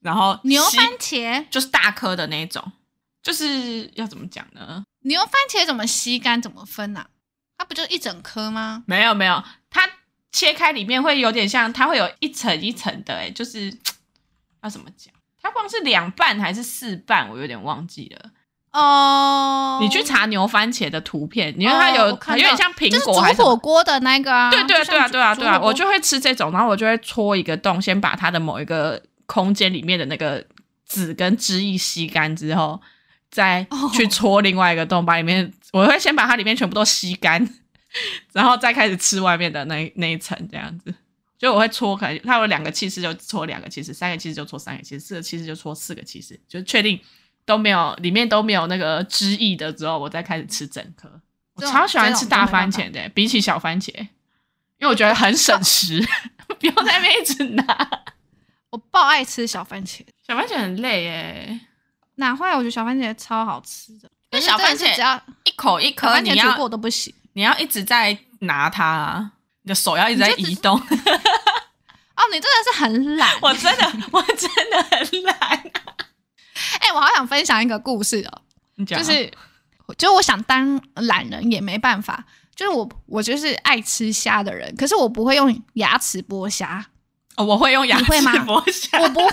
[SPEAKER 3] 然后
[SPEAKER 2] 牛
[SPEAKER 3] 吸
[SPEAKER 2] 番茄，
[SPEAKER 3] 就是大颗的那一种，就是要怎么讲呢？
[SPEAKER 2] 牛番茄怎么吸干怎么分啊？它不就一整颗吗？
[SPEAKER 3] 没有没有，它切开里面会有点像，它会有一层一层的、欸，就是要怎么讲？它忘是两半还是四半，我有点忘记了。
[SPEAKER 2] 哦，
[SPEAKER 3] 你去查牛番茄的图片，你看它
[SPEAKER 2] 哦
[SPEAKER 3] 有
[SPEAKER 2] 我看
[SPEAKER 3] 有点
[SPEAKER 2] 到
[SPEAKER 3] 像苹
[SPEAKER 2] 就是
[SPEAKER 3] 果还是
[SPEAKER 2] 煮
[SPEAKER 3] 什么
[SPEAKER 2] 火锅的那个啊，
[SPEAKER 3] 对对
[SPEAKER 2] 就像
[SPEAKER 3] 对啊
[SPEAKER 2] 煮
[SPEAKER 3] 对啊
[SPEAKER 2] 煮
[SPEAKER 3] 对啊，
[SPEAKER 2] 火锅
[SPEAKER 3] 我就会吃这种，然后我就会戳一个洞，先把它的某一个空间里面的那个籽跟汁液吸干之后，再
[SPEAKER 2] 哦
[SPEAKER 3] 去戳另外一个洞，把里面我会先把它里面全部都吸干， 然后再开始吃外面的那一那一层这样子。就我会戳开，它有两个气势就戳两个气势，三个气势就戳三个气势，四个气势就戳四个气势，就确定都没有里面都没有那个汁液的之后，我再开始吃整颗。我
[SPEAKER 2] 这种
[SPEAKER 3] 超喜欢
[SPEAKER 2] 这
[SPEAKER 3] 吃
[SPEAKER 2] 种
[SPEAKER 3] 大
[SPEAKER 2] 都没办
[SPEAKER 3] 番
[SPEAKER 2] 法
[SPEAKER 3] 茄的、比起小番茄，因为我觉得很省时， 不用在那边一直拿。
[SPEAKER 2] 我爆爱吃小番茄，
[SPEAKER 3] 小番茄很累耶、
[SPEAKER 2] 哪会？我觉得小番茄超好吃的，
[SPEAKER 3] 那
[SPEAKER 2] 可是
[SPEAKER 3] 小番
[SPEAKER 2] 真的
[SPEAKER 3] 茄
[SPEAKER 2] 是只要
[SPEAKER 3] 一口一
[SPEAKER 2] 小
[SPEAKER 3] 颗，
[SPEAKER 2] 番
[SPEAKER 3] 你
[SPEAKER 2] 茄煮过
[SPEAKER 3] 要
[SPEAKER 2] 我都不行。
[SPEAKER 3] 你要一直在拿它、啊，你的手要一直在
[SPEAKER 2] 你就只
[SPEAKER 3] 移动。
[SPEAKER 2] 哦，你真的是很懒。
[SPEAKER 3] 我真 的我真的很懒。
[SPEAKER 2] 哎、我好想分享一个故事哦，
[SPEAKER 3] 你讲
[SPEAKER 2] 就
[SPEAKER 3] 啊
[SPEAKER 2] 是，就是我想当懒人也没办法，就是我我就是爱吃虾的人，可是我不会用牙齿剥虾，
[SPEAKER 3] 哦我会用牙齿
[SPEAKER 2] 你会吗
[SPEAKER 3] 剥虾，
[SPEAKER 2] 我不会。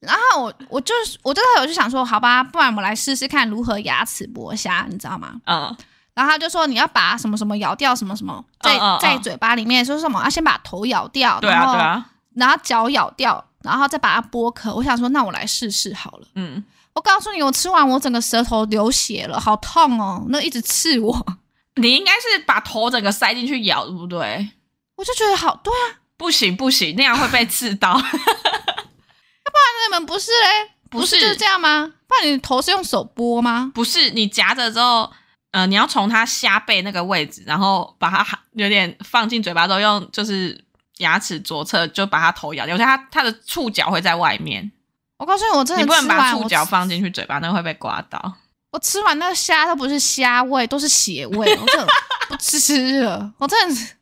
[SPEAKER 2] 然后我我就是我这个我就想说，好吧，不然我来试试看如何牙齿剥虾，你知道吗？
[SPEAKER 3] 嗯
[SPEAKER 2] 然后他就说你要把什么什么咬掉，什么什么在
[SPEAKER 3] 嗯嗯嗯
[SPEAKER 2] 在嘴巴里面说什么要先把头咬掉，
[SPEAKER 3] 对
[SPEAKER 2] 然
[SPEAKER 3] 啊
[SPEAKER 2] 后
[SPEAKER 3] 对啊，
[SPEAKER 2] 然后脚咬掉，然后再把它剥壳。我想说，那我来试试好了。
[SPEAKER 3] 嗯。
[SPEAKER 2] 我告诉你，我吃完我整个舌头流血了，好痛哦，那一直刺我，
[SPEAKER 3] 你应该是把头整个塞进去咬，对不对？
[SPEAKER 2] 我就觉得好对啊，
[SPEAKER 3] 不行不行，那样会被刺到。
[SPEAKER 2] 那你们不是嘞？
[SPEAKER 3] 不
[SPEAKER 2] 不
[SPEAKER 3] 是
[SPEAKER 2] 就是这样吗？不然你的头是用手剥吗？
[SPEAKER 3] 不是你夹着之后，呃，你要从它下背那个位置，然后把它含有点放进嘴巴之后，用就是牙齿左侧就把它头咬掉，因为它它的触角会在外面，
[SPEAKER 2] 我告诉你，我真的
[SPEAKER 3] 你不能
[SPEAKER 2] 吃
[SPEAKER 3] 把
[SPEAKER 2] 完
[SPEAKER 3] 触
[SPEAKER 2] 我
[SPEAKER 3] 角
[SPEAKER 2] 吃
[SPEAKER 3] 放进去嘴巴，那会被刮到。
[SPEAKER 2] 我吃完那个虾都不是虾味，都是血味， 我真的不吃了，我真的是，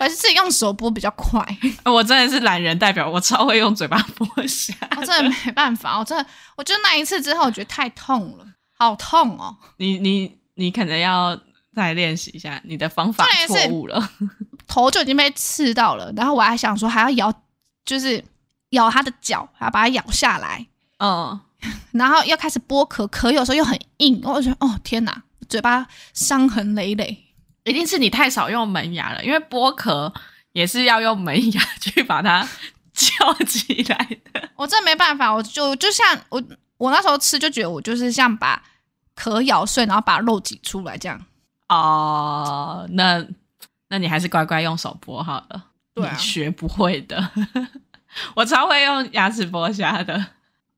[SPEAKER 2] 我还是自己用手剥比较快，
[SPEAKER 3] 呃我真的是懒人代表，我超会用嘴巴剥虾。
[SPEAKER 2] 我真的没办法，我真的，我就那一次之后，我觉得太痛了，好痛哦。
[SPEAKER 3] 你你你可能要再练习一下，你的方法
[SPEAKER 2] 重
[SPEAKER 3] 错
[SPEAKER 2] 点是
[SPEAKER 3] 误了。
[SPEAKER 2] 头就已经被刺到了，然后我还想说还要咬，就是咬它的脚，还要把它咬下来，
[SPEAKER 3] 嗯，
[SPEAKER 2] 然后要开始剥壳，壳有时候又很硬，我就觉得哦天哪，嘴巴伤痕累累。
[SPEAKER 3] 一定是你太少用门牙了，因为剥壳也是要用门牙去把它翘起来的。
[SPEAKER 2] 我真的没办法，我就就像我我那时候吃就觉得我就是像把壳咬碎，然后把肉挤出来这样。
[SPEAKER 3] 哦，那那你还是乖乖用手剥好了。
[SPEAKER 2] 对啊
[SPEAKER 3] 你学不会的。 我超会用牙齿剥虾的，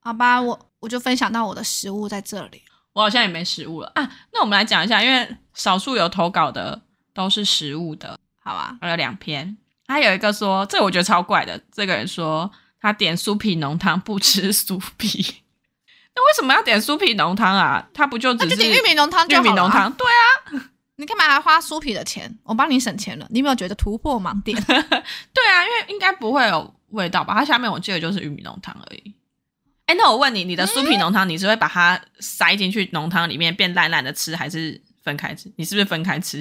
[SPEAKER 2] 好吧，我我就分享到我的食物在这里。
[SPEAKER 3] 我好像也没食物了啊。那我们来讲一下，因为少数有投稿的都是食物的，
[SPEAKER 2] 好啊，
[SPEAKER 3] 我有两篇。还有一个说，这个我觉得超怪的。这个人说他点酥皮浓汤不吃酥皮，那为什么要点酥皮浓汤啊？他不就只
[SPEAKER 2] 那就是点玉米浓汤就
[SPEAKER 3] 玉
[SPEAKER 2] 好了、
[SPEAKER 3] 米浓，汤？对啊，
[SPEAKER 2] 你干嘛还花酥皮的钱？我帮你省钱了，你有没有觉得突破盲点？
[SPEAKER 3] 对啊，因为应该不会有味道吧？它下面我记得就是玉米浓汤而已。哎，那我问你，你的
[SPEAKER 2] 嗯
[SPEAKER 3] 酥皮浓汤，你是会把它塞进去浓汤里面变烂烂的吃，还是分开吃？你是不是分开吃？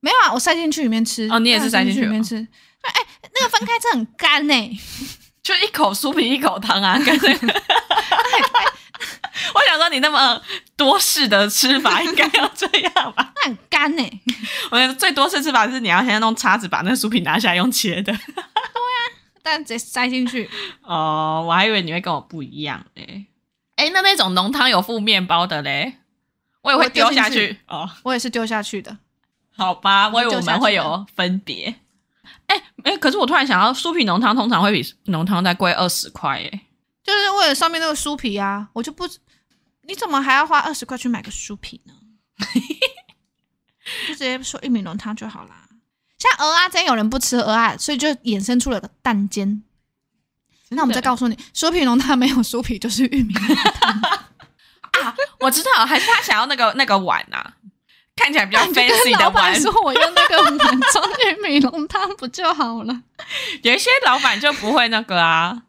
[SPEAKER 2] 没有啊，我塞进去里面吃。啊
[SPEAKER 3] 哦你也是塞进去
[SPEAKER 2] 里面
[SPEAKER 3] 哦
[SPEAKER 2] 吃。哎、那个分开这很干呢、
[SPEAKER 3] 就 一口酥皮一口汤啊，跟那个。我想说你那么多式的吃法，应该要这样 吧？
[SPEAKER 2] 那很干呢、
[SPEAKER 3] 我觉得最多式吃法是你要先用叉子把那个酥皮拿下来用切的。
[SPEAKER 2] 但直接塞进去，
[SPEAKER 3] 哦，我还以为你会跟我不一样嘞。哎，那那种浓汤有附面包的嘞，我也会
[SPEAKER 2] 我丢
[SPEAKER 3] 丢下
[SPEAKER 2] 进去
[SPEAKER 3] 去哦。
[SPEAKER 2] 我也是丢下去的。
[SPEAKER 3] 好吧，我以为
[SPEAKER 2] 丢
[SPEAKER 3] 我
[SPEAKER 2] 下
[SPEAKER 3] 们
[SPEAKER 2] 去
[SPEAKER 3] 会
[SPEAKER 2] 的
[SPEAKER 3] 有分别。哎、哎、可是我突然想到，酥皮浓汤通常会比浓汤再贵二十块欸耶。
[SPEAKER 2] 就是为了上面那个酥皮啊，我就不，你怎么还要花二十块去买个酥皮呢？ 就直接说玉米浓汤就好啦。像鹅啊，真有人不吃鹅啊，所以就衍生出了个蛋煎。那我们再告诉你，酥皮浓汤没有酥皮就是玉米。
[SPEAKER 3] 我知道，还是他想要那个那个碗啊，看起来比
[SPEAKER 2] 啊
[SPEAKER 3] 较 fancy 的
[SPEAKER 2] 老
[SPEAKER 3] 碗
[SPEAKER 2] 板。说我用那个 碗装玉米浓汤不就好了？
[SPEAKER 3] 有一些老板就不会那个啊，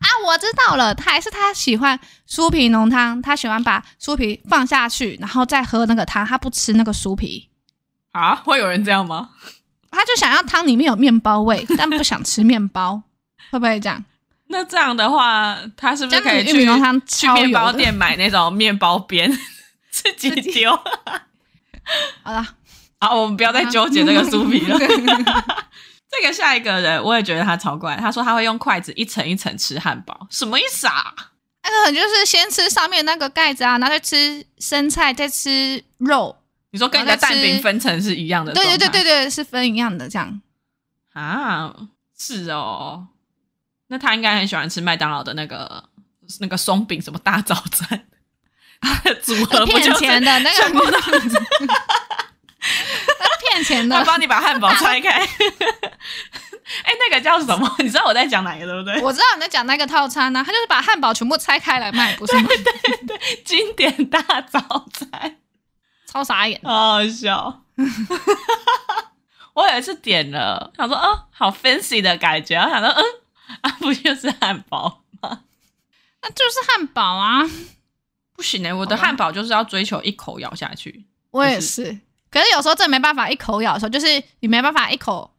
[SPEAKER 2] 啊，我知道了，他还是他喜欢酥皮浓汤，他喜欢把酥皮放下去，然后再喝那个汤，他不吃那个酥皮，
[SPEAKER 3] 啊，会有人这样吗？
[SPEAKER 2] 他就想要汤里面有面包 味，但不想吃面包，会不会这样？
[SPEAKER 3] 那这样的话，他是不
[SPEAKER 2] 这
[SPEAKER 3] 是
[SPEAKER 2] 样
[SPEAKER 3] 可以
[SPEAKER 2] 子玉
[SPEAKER 3] 去
[SPEAKER 2] 米浓汤
[SPEAKER 3] 去
[SPEAKER 2] 超
[SPEAKER 3] 面
[SPEAKER 2] 油
[SPEAKER 3] 包
[SPEAKER 2] 的。
[SPEAKER 3] 店买那种面包边 自己
[SPEAKER 2] 自己
[SPEAKER 3] 丢？
[SPEAKER 2] 好啦，
[SPEAKER 3] 好，我们不要再
[SPEAKER 2] 啊
[SPEAKER 3] 纠结这个酥 皮了。
[SPEAKER 2] 嗯
[SPEAKER 3] 这个下一个人，我也觉得他超怪。他说他会用筷子一层一层吃汉堡，什么意思啊？
[SPEAKER 2] 那个很就是先吃上面那个盖子啊，然后再吃生菜，再吃肉。
[SPEAKER 3] 你说跟你的蛋饼分层是一样的
[SPEAKER 2] 对
[SPEAKER 3] 状态？
[SPEAKER 2] 对对对对，是分一样的这样。
[SPEAKER 3] 啊，是哦。那他应该很喜欢吃麦当劳的那个那个松饼什么大早餐，他的组合不
[SPEAKER 2] 骗
[SPEAKER 3] 就是
[SPEAKER 2] 钱的那个
[SPEAKER 3] 全部 都
[SPEAKER 2] 骗钱
[SPEAKER 3] 他
[SPEAKER 2] 的，
[SPEAKER 3] 帮你把汉堡拆开？哎、 哎那个叫什么？ 你知道我在讲哪个对不对？
[SPEAKER 2] 我知道你在讲那个套餐呢、啊他就是把汉堡全部拆开来卖，不是吗？
[SPEAKER 3] 经典大早餐。
[SPEAKER 2] 超傻眼。
[SPEAKER 3] 好好笑。 我有一次点了，想说，嗯，好 fancy 的感觉，我想说，嗯，啊，不就是汉堡？
[SPEAKER 2] 那就是汉堡啊，
[SPEAKER 3] 不行哎、我的汉堡就是要追求一口咬下去。
[SPEAKER 2] 我也是。可是有时候真的没办法一口咬的时候，就是你没办法一口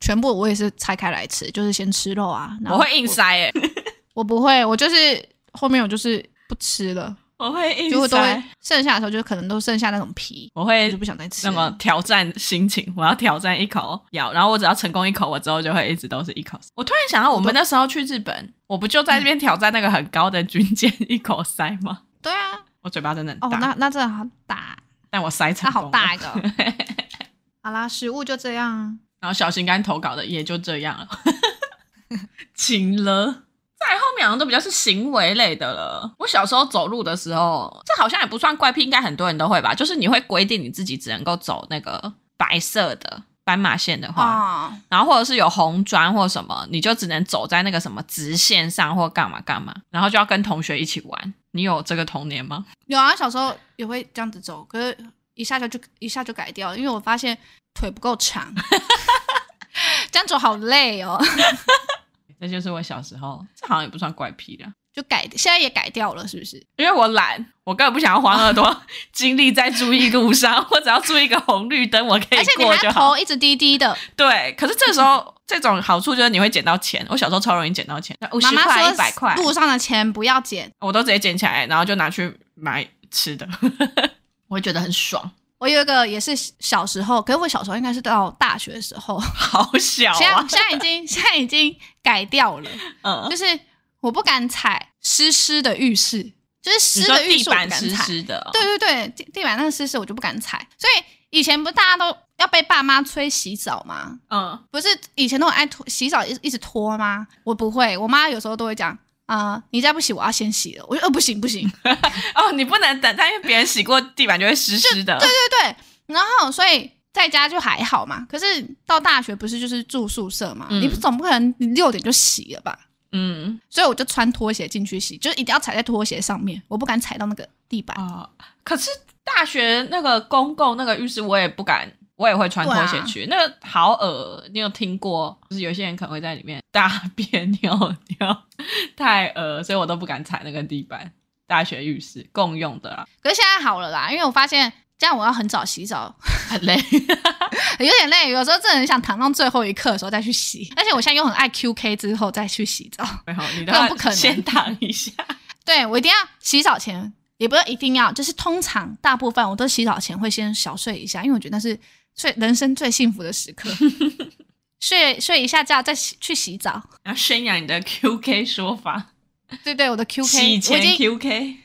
[SPEAKER 2] 全部，我也是拆开来吃，就是先吃肉啊。然
[SPEAKER 3] 我
[SPEAKER 2] 后
[SPEAKER 3] 会硬塞哎、
[SPEAKER 2] 我，我不会，我就是后面我就是不吃了，
[SPEAKER 3] 我会硬
[SPEAKER 2] 就会都会
[SPEAKER 3] 塞，
[SPEAKER 2] 剩下的时候就可能都剩下那种皮，
[SPEAKER 3] 我
[SPEAKER 2] 我
[SPEAKER 3] 会
[SPEAKER 2] 就不想再吃
[SPEAKER 3] 那
[SPEAKER 2] 了。
[SPEAKER 3] 么挑战心情，我要挑战一口咬，然后我只要成功一口，我之后就会一直都是一口。我突然想到，我们那时候去日本，我不就在那边挑战那个很高的军舰一口塞吗？
[SPEAKER 2] 对啊，
[SPEAKER 3] 我嘴巴真的很
[SPEAKER 2] 哦，
[SPEAKER 3] 大，
[SPEAKER 2] 那那真的好大，
[SPEAKER 3] 但我塞
[SPEAKER 2] 那
[SPEAKER 3] 成功
[SPEAKER 2] 好
[SPEAKER 3] 了
[SPEAKER 2] 大一个。好啦，食物就这样啊。
[SPEAKER 3] 然后小心肝投稿的也就这样了， 请了。再后面好像都比较是行为类的了。我小时候走路的时候，这好像也不算怪癖，应该很多人都会吧。就是你会规定你自己只能够走那个白色的斑马线的话，
[SPEAKER 2] 啊、
[SPEAKER 3] 然后或者是有红砖或什么，你就只能走在那个什么直线上或干嘛干嘛，然后就要跟同学一起玩。你有这个童年吗？
[SPEAKER 2] 有啊，小时候也会这样子走，可是一下就就一下就改掉了，因为我发现腿不够长， 这样走好累哦，
[SPEAKER 3] 这就是我小时候，这好像也不算怪癖了。
[SPEAKER 2] 就改现在也改掉了，是不是？
[SPEAKER 3] 因为我懒，我根本不想要花那么多 精力在注意路上，我只要注意一个红绿灯，我可
[SPEAKER 2] 而
[SPEAKER 3] 以
[SPEAKER 2] 且你
[SPEAKER 3] 过
[SPEAKER 2] 还
[SPEAKER 3] 就好。
[SPEAKER 2] 头一直低低的，
[SPEAKER 3] 对，可是这时候这种好处就是你会捡到钱，我小时候超容易捡到钱，五
[SPEAKER 2] 妈
[SPEAKER 3] 十块、
[SPEAKER 2] 妈
[SPEAKER 3] 一百块
[SPEAKER 2] 说，路上的钱不要捡。
[SPEAKER 3] 我都直接捡起来，然后就拿去买吃的，我会觉得很爽，
[SPEAKER 2] 我有一个也是小时候，可是我小时候应该是到大学的时候，
[SPEAKER 3] 好小
[SPEAKER 2] 现在
[SPEAKER 3] 啊，
[SPEAKER 2] 现在已经现在已经改掉了，
[SPEAKER 3] 嗯
[SPEAKER 2] 就，是我不敢踩湿湿的浴室，就是湿
[SPEAKER 3] 你说
[SPEAKER 2] 的浴
[SPEAKER 3] 地
[SPEAKER 2] 室我不
[SPEAKER 3] 板
[SPEAKER 2] 敢
[SPEAKER 3] 湿
[SPEAKER 2] 踩。
[SPEAKER 3] 湿的哦，
[SPEAKER 2] 对对对，地地板那个湿湿我就不敢踩。所以以前不是大家都要被爸妈催洗澡吗？
[SPEAKER 3] 嗯，
[SPEAKER 2] 不是以前都很爱拖洗澡一直一直拖吗？我不会，我妈有时候都会讲啊、呃你再不洗我要先洗了。我就呃不行不 行，
[SPEAKER 3] 哦，你不能等，但因为别人洗过地板就会湿湿的，
[SPEAKER 2] 对对对。然后所以在家就还好嘛，可是到大学不是就是住宿舍嘛，
[SPEAKER 3] 嗯
[SPEAKER 2] 你总不可能你六点就洗了吧？
[SPEAKER 3] 嗯，
[SPEAKER 2] 所以我就穿拖鞋进去洗，就是一定要踩在拖鞋上面，我不敢踩到那个地板。
[SPEAKER 3] 哦，可是大学那个公共那个浴室，我也不敢，我也会穿拖鞋去，
[SPEAKER 2] 啊
[SPEAKER 3] 那个好恶。你有听过？就是有些人可能会在里面大便、尿尿，太恶，所以我都不敢踩那个地板。大学浴室共用的啊啦，
[SPEAKER 2] 可是现在好了啦，因为我发现这样我要很早洗澡，
[SPEAKER 3] 很累。
[SPEAKER 2] 有点累，有时候真的很想躺到最后一刻的时候再去洗。而且我现在又很爱 QK 之后再去洗澡，
[SPEAKER 3] 然后你都
[SPEAKER 2] 那
[SPEAKER 3] 要
[SPEAKER 2] 不可能
[SPEAKER 3] 先躺一下。
[SPEAKER 2] 对我一定要洗澡前也不是一定要，就是通常大部分我都洗澡前会先小睡一下，因为我觉得那是最人生最幸福的时刻，睡睡一下觉再洗去洗澡。
[SPEAKER 3] 然后宣扬你的 QK 说法，
[SPEAKER 2] 对对，我的 QK，
[SPEAKER 3] 洗
[SPEAKER 2] 我
[SPEAKER 3] 钱
[SPEAKER 2] 已经。
[SPEAKER 3] QK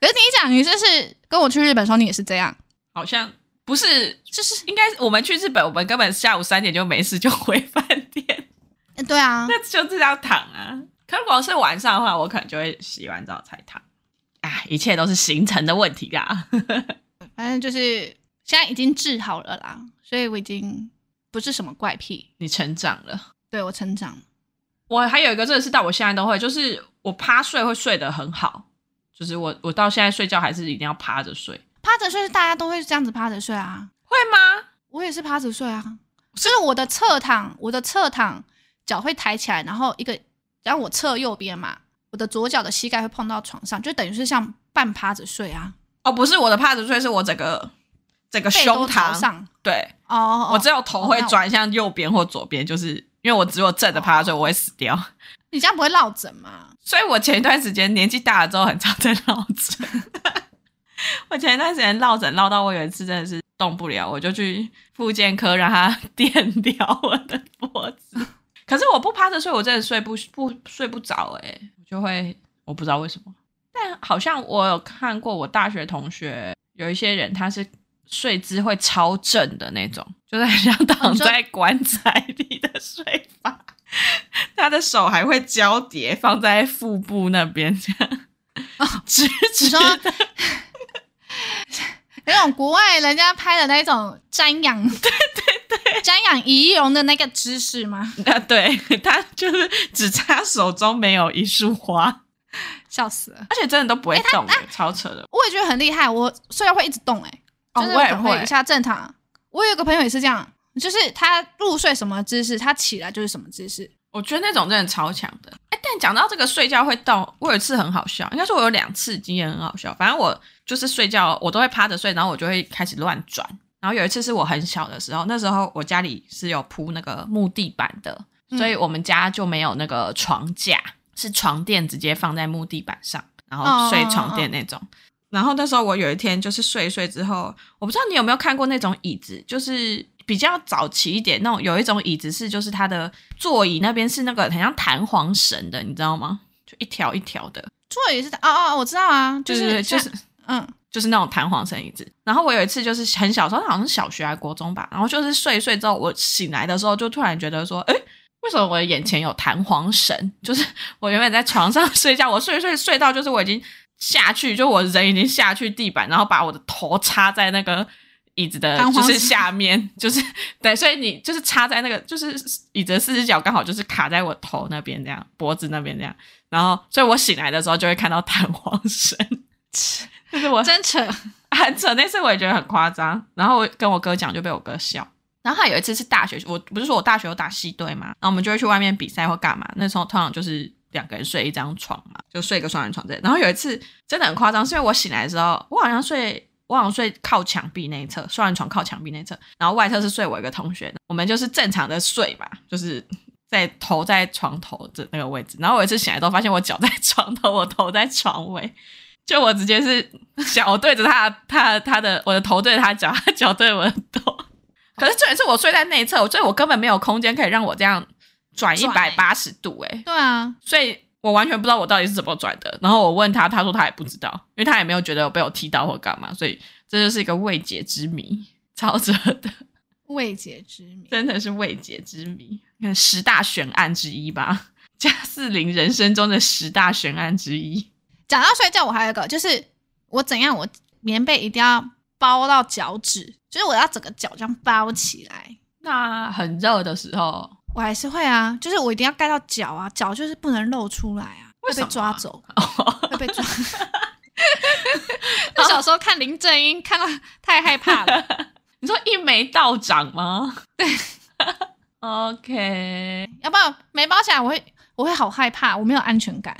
[SPEAKER 2] 可是你讲，你就是跟我去日本的时候，你也是这样，
[SPEAKER 3] 好像不是，
[SPEAKER 2] 就是
[SPEAKER 3] 应该是我们去日本，我们根本下午三点就没事就回饭店，
[SPEAKER 2] 呃对啊，
[SPEAKER 3] 那就是要躺啊。可如果是晚上的话，我可能就会洗完澡才躺。啊，一切都是行程的问题啊啦。
[SPEAKER 2] 反正就是现在已经治好了啦，所以我已经不是什么怪癖，
[SPEAKER 3] 你成长了。
[SPEAKER 2] 对我成长了。
[SPEAKER 3] 我还有一个真的是到我现在都会，就是我趴睡会睡得很好，就是我我到现在睡觉还是一定要趴着睡，
[SPEAKER 2] 趴着睡是大家都会这样子趴着睡啊，
[SPEAKER 3] 会吗？
[SPEAKER 2] 我也是趴着睡啊，就是我的侧躺，我的侧躺脚会抬起来，然后一个，然后我侧右边嘛，我的左脚的膝盖会碰到床上，就等于是像半趴着睡啊，
[SPEAKER 3] 哦，不是我的趴着睡，是我整个整个
[SPEAKER 2] 背
[SPEAKER 3] 胸
[SPEAKER 2] 都朝
[SPEAKER 3] 膛，
[SPEAKER 2] 上。
[SPEAKER 3] 对、
[SPEAKER 2] 哦哦，哦
[SPEAKER 3] 我只有头会
[SPEAKER 2] 哦那我
[SPEAKER 3] 转向右边或左边，就是因为我只有正着趴
[SPEAKER 2] 哦
[SPEAKER 3] 着睡，我会死掉。
[SPEAKER 2] 你这样不会落枕吗？
[SPEAKER 3] 所以我前一段时间年纪大了之后，很常在落枕。 我前一段时间落枕落到我有一次真的是动不了，我就去复健科让他 电疗我的脖子。可是我不趴着睡，我真的睡不不睡不着哎、我就会我不知道为什么，但好像我有看过我大学同学有一些人他是睡姿会超正的那种，就是很 像
[SPEAKER 2] 哦
[SPEAKER 3] 躺
[SPEAKER 2] 你说
[SPEAKER 3] 在棺材里的睡法。他的手还会交叠放在腹部那边，这样 直
[SPEAKER 2] 你
[SPEAKER 3] 直
[SPEAKER 2] 说
[SPEAKER 3] 的
[SPEAKER 2] 那种国外人家拍的那种瞻 仰，对对对，瞻仰仪容的那个姿势吗？
[SPEAKER 3] 啊，对他就是只差手中没有一束花，哎
[SPEAKER 2] 笑死了！
[SPEAKER 3] 而且真的都不会动、欸超扯的。
[SPEAKER 2] 我也觉得很厉害，我睡觉会一直动、欸，
[SPEAKER 3] 哦
[SPEAKER 2] 就是
[SPEAKER 3] 我也
[SPEAKER 2] 可能会
[SPEAKER 3] 会
[SPEAKER 2] 一下正躺。我有一个朋友也是这样，就是他入睡什么姿势，他起来就是什么姿势。
[SPEAKER 3] 我觉得那种真的超强的。哎，但讲到这个睡觉会动，我有一次很好笑，应该说我有两次经验很好笑。反正我就是睡觉，我都会趴着睡，然后我就会开始乱转。然后有一次是我很小的时候，那时候我家里是有铺那个木地板的，
[SPEAKER 2] 嗯
[SPEAKER 3] 所以我们家就没有那个床架，是床垫直接放在木地板上，然后睡
[SPEAKER 2] 哦
[SPEAKER 3] 床垫那种。然后那时候我有一天就是睡一睡之后，我不知道你有没有看过那种椅子，就是比较早期一点那种，有一种椅子是就是它的座椅那边是那个很像弹簧绳的，你知道吗？就一条一条的，
[SPEAKER 2] 座椅是哦哦，哦我知道啊，就
[SPEAKER 3] 就是是就是
[SPEAKER 2] 像嗯，
[SPEAKER 3] 就是那种弹簧绳椅子。然后我有一次就是很小时候，好像是小学还国中吧，然后就是睡一睡之后，我醒来的时候就突然觉得说，哎，为什么我的眼前有弹簧绳？就是我原本在床上 睡觉，我睡一睡睡到就是我已经下去，就我人已经下去地板，然后把我的头插在那个。椅子的
[SPEAKER 2] 弹
[SPEAKER 3] 就
[SPEAKER 2] 簧
[SPEAKER 3] 是
[SPEAKER 2] 绳
[SPEAKER 3] 下面，就是对，所以你就是插在那个，就是椅子的四只脚刚好就是卡在我头那边这样，脖子那边这样，然后所以我醒来的时候就会看到弹簧绳，就是我
[SPEAKER 2] 真扯。
[SPEAKER 3] 很扯，那次我也觉得很夸张。然后我跟我哥讲，就被我哥笑。然后还有一次是大学，我不是说我大学有打系队嘛，然后我们就会去外面比赛或干嘛。那时候通常就是两个人睡一张床嘛，就睡一个双人床这。然后有一次真的很夸张，是因为我醒来的时候，我好像睡。我好像睡靠墙壁那一侧，双人床靠墙壁那一侧，然后外侧是睡我一个同学。我们就是正常的睡嘛， 就是在头在床头的那个位置。然后我有一次醒来之后，发现我脚在床头，我头在床尾， 就我直接是脚对着他的，他的他的我的头对着他脚，他脚对着我的头。 可是重点是我睡在内侧，所以我根本没有空间可以让我这样转一百八十度、欸，
[SPEAKER 2] 对啊，
[SPEAKER 3] 所以我完全不知道我到底是怎么转的。然后我问他，他说他也不知道，因为他也没有觉得有被我踢到或干嘛，所以这就是一个未解之谜，超扯的，
[SPEAKER 2] 未解之谜。
[SPEAKER 3] 真的是未解之谜，看十大悬案之一吧，加四零人生中的十大悬案之一。
[SPEAKER 2] 讲到睡觉，我还有一个就是我怎样，我棉被一定要包到脚趾，就是我要整个脚这样包起来。
[SPEAKER 3] 那很热的时候，
[SPEAKER 2] 我还是会啊，就是我一定要盖到脚啊，脚就是不能露出来啊，
[SPEAKER 3] 为
[SPEAKER 2] 会
[SPEAKER 3] 什么
[SPEAKER 2] 被
[SPEAKER 3] 啊
[SPEAKER 2] 抓走，会被抓。 我小时候看林正英，看到太害怕 了。
[SPEAKER 3] 你说一眉道长吗？ 对，OK，嗯
[SPEAKER 2] 要不然没包起来，我会我会好害怕，我没有安全 感。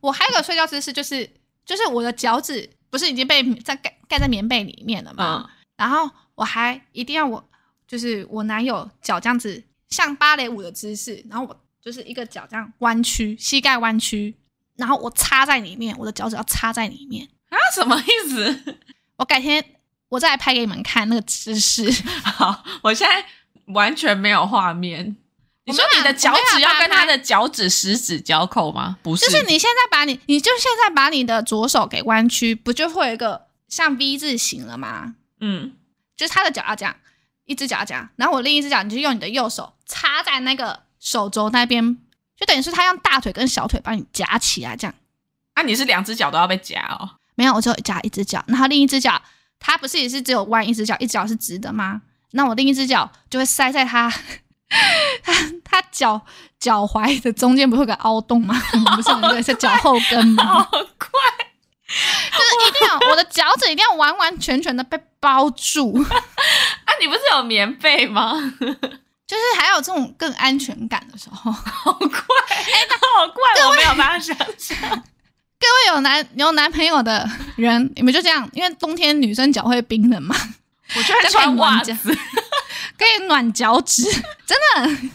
[SPEAKER 2] 我还有个睡觉姿势，就是就是我的脚趾不是已经被在盖盖在棉被里面了吗？
[SPEAKER 3] 嗯，
[SPEAKER 2] 然后我还一定要我就是我男友脚这样子像芭蕾舞的姿势，然后我就是一个脚这样弯曲，膝盖弯曲，然后我插在里面，我的脚趾要插在里面，
[SPEAKER 3] 什么意思？
[SPEAKER 2] 我改天我再来拍给你们看那个姿势。
[SPEAKER 3] 好，我现在完全没有画面。
[SPEAKER 2] 我
[SPEAKER 3] 你
[SPEAKER 2] 啊们
[SPEAKER 3] 说
[SPEAKER 2] 俩
[SPEAKER 3] 你的脚趾要跟他
[SPEAKER 2] 我们
[SPEAKER 3] 的脚趾食指交扣吗？不是，
[SPEAKER 2] 就是你现在把你，你就现在把你的左手给弯曲，不就会有一个像 V 字形了吗？
[SPEAKER 3] 嗯，
[SPEAKER 2] 就是他的脚要这样，一只脚要这样，然后我另一只脚，你就用你的右手插在那个手肘那边，就等于是他用大腿跟小腿帮你夹起来，这样。
[SPEAKER 3] 啊，你是两只脚都要被夹哦。
[SPEAKER 2] 没有，我只有夹一只脚，然后另一只脚，他不是也是只有弯一只脚，一只脚是直的吗？那我另一只脚就会塞在 他他他脚脚踝的中间，不是有个凹洞吗？我们不是有那个是脚后跟吗？
[SPEAKER 3] 快！
[SPEAKER 2] 就是一定要我的脚趾一定要完完全全的被包住，
[SPEAKER 3] 啊，你不是有棉被吗？
[SPEAKER 2] 就是还有这种更安全感的时候。
[SPEAKER 3] 好快，
[SPEAKER 2] 哎
[SPEAKER 3] 好快！我没有办法想象。
[SPEAKER 2] 各位有男有男朋友的人，你们就这样，因为冬天女生脚会冰冷嘛，
[SPEAKER 3] 我居然
[SPEAKER 2] 在
[SPEAKER 3] 穿
[SPEAKER 2] 被
[SPEAKER 3] 袜
[SPEAKER 2] 暖脚
[SPEAKER 3] 子，
[SPEAKER 2] 可以暖脚趾，真的。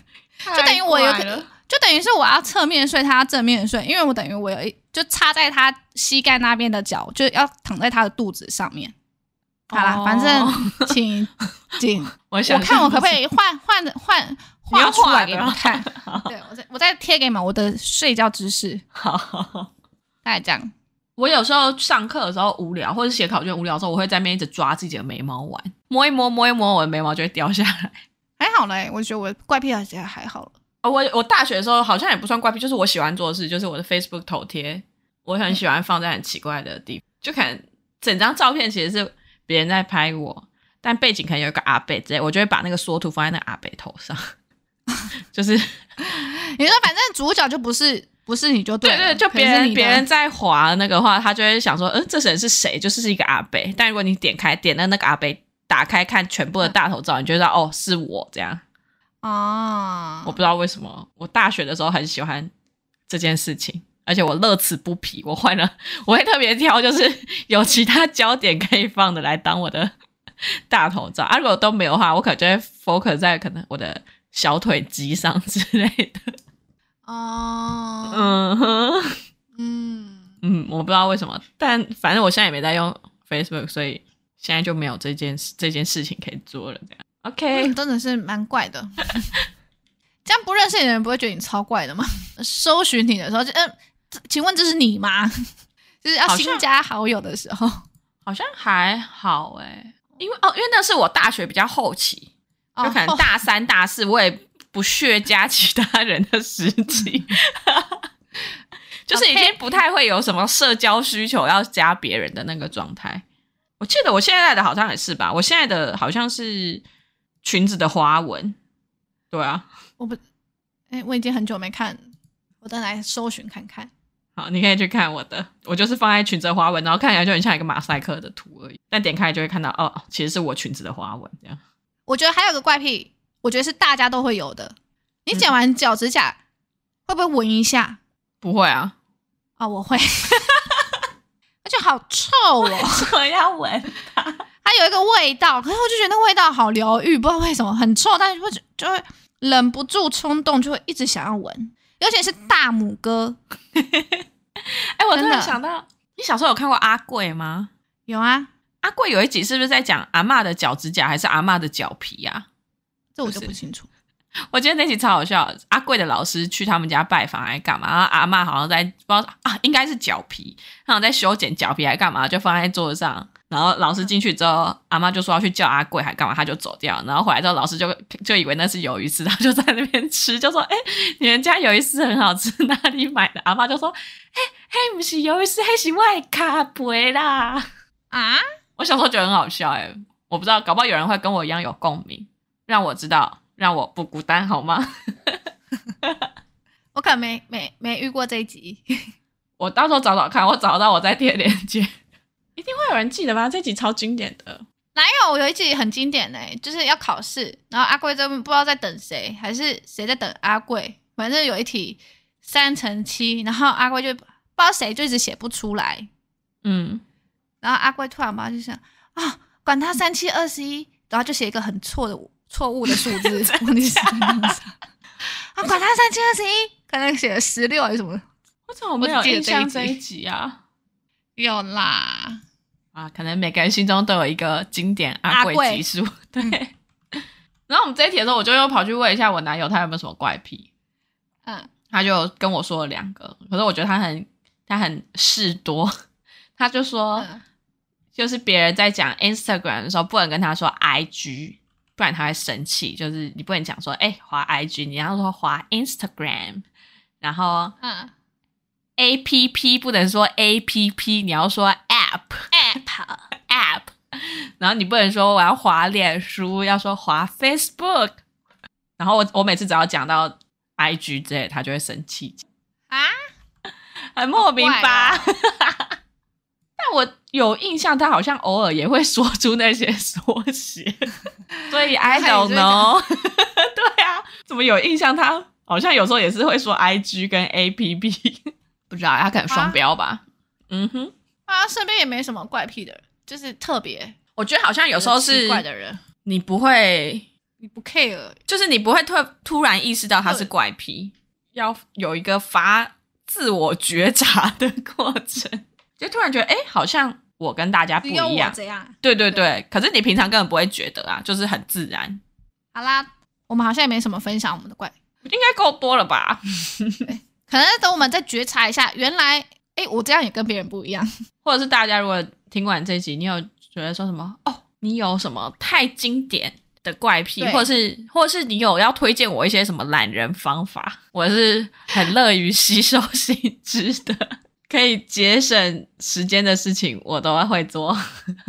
[SPEAKER 3] 就
[SPEAKER 2] 就等于我有个，就等于是我要侧面睡，他要正面睡，因为我等于我有一就插在他膝盖那边的脚，就要躺在他的肚子上面。好啦，
[SPEAKER 3] 哦
[SPEAKER 2] 反 正请请，
[SPEAKER 3] 我
[SPEAKER 2] 我
[SPEAKER 3] 想
[SPEAKER 2] 看我可不可
[SPEAKER 3] 以？
[SPEAKER 2] 以换换换
[SPEAKER 3] 你要
[SPEAKER 2] 画出
[SPEAKER 3] 画
[SPEAKER 2] 来给
[SPEAKER 3] 的
[SPEAKER 2] 你们
[SPEAKER 3] 吗
[SPEAKER 2] 看？ 对我再我再贴给你们我的睡觉姿势，
[SPEAKER 3] 好好好。
[SPEAKER 2] 大概这样。
[SPEAKER 3] 我有时候上课的时候无聊，或者写考卷无聊的时候，我会在那边一直抓自己的眉毛玩，摸一摸，摸一摸，我的眉毛就会掉下来。
[SPEAKER 2] 还好嘞，我觉得我怪癖好像还好了。
[SPEAKER 3] 哦我我大学的时候好像也不算怪癖，就是我喜欢做的事，就是我的 Facebook 头贴，我很喜欢放在很奇怪的地方，就可能整张照片其实是别人在拍我，但背景可能有一个阿贝之类，我就会把那个缩图放在那个阿贝头 上，就是
[SPEAKER 2] 你说反正主角就不是不是你就
[SPEAKER 3] 对
[SPEAKER 2] 了，
[SPEAKER 3] 对，就
[SPEAKER 2] 可
[SPEAKER 3] 别
[SPEAKER 2] 能是
[SPEAKER 3] 人
[SPEAKER 2] 你的
[SPEAKER 3] 别人在滑那个话，他就会想说，嗯，这人是谁？就是是一个阿贝。但如果你点开点到那个阿贝，打开看全
[SPEAKER 2] 嗯
[SPEAKER 3] 部的大头照，你就知道哦，是我这样。
[SPEAKER 2] 啊
[SPEAKER 3] 我，不知道为什么，我大学的时候很喜欢这件事情，而且我乐此不疲。我换了，我会特别挑，就是 有其他焦点可以放的来当我的大头照。啊，如果都没有的话，我可能就会 focus 在可能我的小腿肌上之类的。
[SPEAKER 2] 哦，
[SPEAKER 3] 嗯哼。
[SPEAKER 2] 嗯。
[SPEAKER 3] 嗯，我不知道为什么，但反正我现在也没在用 Facebook，所以现在就没有这件事这件事情可以做了。这样
[SPEAKER 2] 嗯
[SPEAKER 3] OK，
[SPEAKER 2] 真的是蛮怪的。 这样不认识你的人不会觉得你超怪的吗？搜寻你的时候就，嗯，这请问这是你吗？ 就是要
[SPEAKER 3] 好像
[SPEAKER 2] 新加好友的时候，
[SPEAKER 3] 好像还好哎、因为哦，因为那是我大学比较后期，就
[SPEAKER 2] 哦
[SPEAKER 3] 可能
[SPEAKER 2] 哦
[SPEAKER 3] 大三、大四，我也不屑加其他人的时 期，就是已经
[SPEAKER 2] OK
[SPEAKER 3] 不太会有什么社交需求要加别人的那个状态。我记得我现在的好像也是吧，我现在的好像是裙子的花纹，对啊。
[SPEAKER 2] 我不，哎、我已经很久没看，我再来搜寻看看。
[SPEAKER 3] 好，你可以去看我的，我就是放在裙子的花纹，然后看起来就很像一个马赛克的图而已。但点开就会看到，哦，其实是我裙子的花纹这样。
[SPEAKER 2] 我觉得还有个怪癖，我觉得是大家都会有的。你剪完脚指甲、
[SPEAKER 3] 嗯
[SPEAKER 2] 会不会闻一下？
[SPEAKER 3] 不会 啊，
[SPEAKER 2] 啊、我会， 而且好臭哦。
[SPEAKER 3] 我要纹。
[SPEAKER 2] 它有一个味道，可是我就觉得那味道好疗愈，不知道为什么很臭，但是会就会忍不住冲动，就会一直想要闻，尤其是大拇哥。
[SPEAKER 3] 哎、我突
[SPEAKER 2] 真
[SPEAKER 3] 然
[SPEAKER 2] 的
[SPEAKER 3] 想到，你小时候有看过阿贵吗？
[SPEAKER 2] 有啊，
[SPEAKER 3] 阿贵有一集是不是在讲阿嬷的脚指甲还是阿嬷的脚皮啊？
[SPEAKER 2] 这我就
[SPEAKER 3] 不是
[SPEAKER 2] 不清楚。
[SPEAKER 3] 我觉得那集超好笑的。阿贵的老师去他们家拜访还干嘛？然后阿嬷好像在不知道啊，应该是脚皮，好像在修剪脚皮还干嘛，就放在桌子上。然后老师进去之后，阿妈就说要去叫阿贵还干嘛，他就走掉。然后回来之后，老师就就以为那是鱿鱼丝，他就在那边吃，就说：“哎、你们家鱿鱼丝很好吃，哪里买的？”阿妈就说：“嘿，嘿，不是鱿鱼丝，嘿是外卡杯啦。”
[SPEAKER 2] 啊，
[SPEAKER 3] 我小时候觉得很好笑哎、我不知道，搞不好有人会跟我一样有共鸣，让我知道，让我不孤单好吗？
[SPEAKER 2] 我可能没没没遇过这一集。
[SPEAKER 3] 我到时候找找看，我找到我再贴链接，一定会有人记得吧？这集超经典的，
[SPEAKER 2] 哪有？有一集很经典呢、就是要考试，然后阿贵这边不知道在等谁，还是谁在等阿贵。反正有一题三乘七，然后阿贵就不知道谁就一直写不出来，
[SPEAKER 3] 嗯，
[SPEAKER 2] 然后阿贵突然吧就想啊，管他三七二十一，然后就写一个很错的错误的数字， 忘记是什么了啊，管他三七二十一，可能写了十六还是什么，
[SPEAKER 3] 我怎么没有
[SPEAKER 2] 我只记
[SPEAKER 3] 印
[SPEAKER 2] 得这一集
[SPEAKER 3] 象这一集啊？
[SPEAKER 2] 有啦，
[SPEAKER 3] 啊，可能每个人心中都有一个经典阿
[SPEAKER 2] 阿贵
[SPEAKER 3] 贵级 嗯数。对。然后我们这一题的时候，我就又跑去问一下我男友他有没有什么怪癖，
[SPEAKER 2] 嗯，
[SPEAKER 3] 他就跟我说了两个，可是我觉得他很他很事多，他就说、
[SPEAKER 2] 嗯
[SPEAKER 3] 就是别人在讲 Instagram 的时候，不能跟他说 IG，不然他会生气。就是你不能讲说哎、滑 IG，你要说滑 Instagram，然后
[SPEAKER 2] 嗯
[SPEAKER 3] A P P 不能说 A P P，你要说 App。
[SPEAKER 2] ，app，
[SPEAKER 3] app，然后你不能说我要滑脸书，要说滑 Facebook。然后我我每次只要讲到 IG 之类，他就会生气，
[SPEAKER 2] 啊，
[SPEAKER 3] 很莫名吧？
[SPEAKER 2] 好哦
[SPEAKER 3] 但我有印象，他好像偶尔也会说出那些缩 写，所以 I
[SPEAKER 2] 然后
[SPEAKER 3] don't
[SPEAKER 2] 你就会
[SPEAKER 3] know。对啊，怎么有印象？他好像有时候也是会说 IG 跟 APP，不 知道他可能双标吧？嗯哼，
[SPEAKER 2] 啊，身边也没什么怪癖的人，就是特别
[SPEAKER 3] 我觉得好像有时候
[SPEAKER 2] 奇
[SPEAKER 3] 是
[SPEAKER 2] 怪的人，
[SPEAKER 3] 你不会
[SPEAKER 2] 你不 care，
[SPEAKER 3] 就是你不会突突然意识到他是怪癖，要有一个发自我觉察的过程， 就突然觉得哎、诶好像我跟大家不
[SPEAKER 2] 只有
[SPEAKER 3] 一
[SPEAKER 2] 我
[SPEAKER 3] 样。
[SPEAKER 2] 这样。
[SPEAKER 3] 对对对，可是你平常根本不会觉得啊，就是很自然，
[SPEAKER 2] 好啦，我们好像也没什么分享我们的怪，
[SPEAKER 3] 应该够多了吧？
[SPEAKER 2] 可能等我们再觉察一下，原来哎，我这样也跟别人不一样。
[SPEAKER 3] 或者是大家如果听完这集，你有觉得说什么哦，你有什么太经典的怪癖，
[SPEAKER 2] 对
[SPEAKER 3] 或者是或者是你有要推荐我一些什么懒人方法，我是很乐于吸收新知的，可以节省时间的事情我都会做。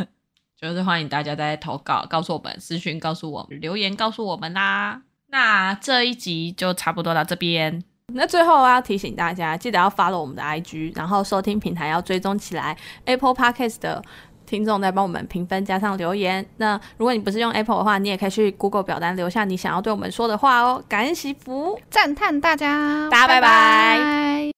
[SPEAKER 3] 就是欢迎大家在投稿，告诉我们私讯，告诉我们留言，告诉我们啦。那这一集就差不多到这边，
[SPEAKER 1] 那最后要提醒大家，记得要 follow 我们的 IG，然后收听平台要追踪起来。Apple Podcast 的听众在帮我们评分加上留言。那如果你不是用 Apple 的话，你也可以去 Google 表单留下你想要对我们说的话哦。感恩惜福。
[SPEAKER 2] 赞叹大家，
[SPEAKER 1] 大家拜拜
[SPEAKER 2] 拜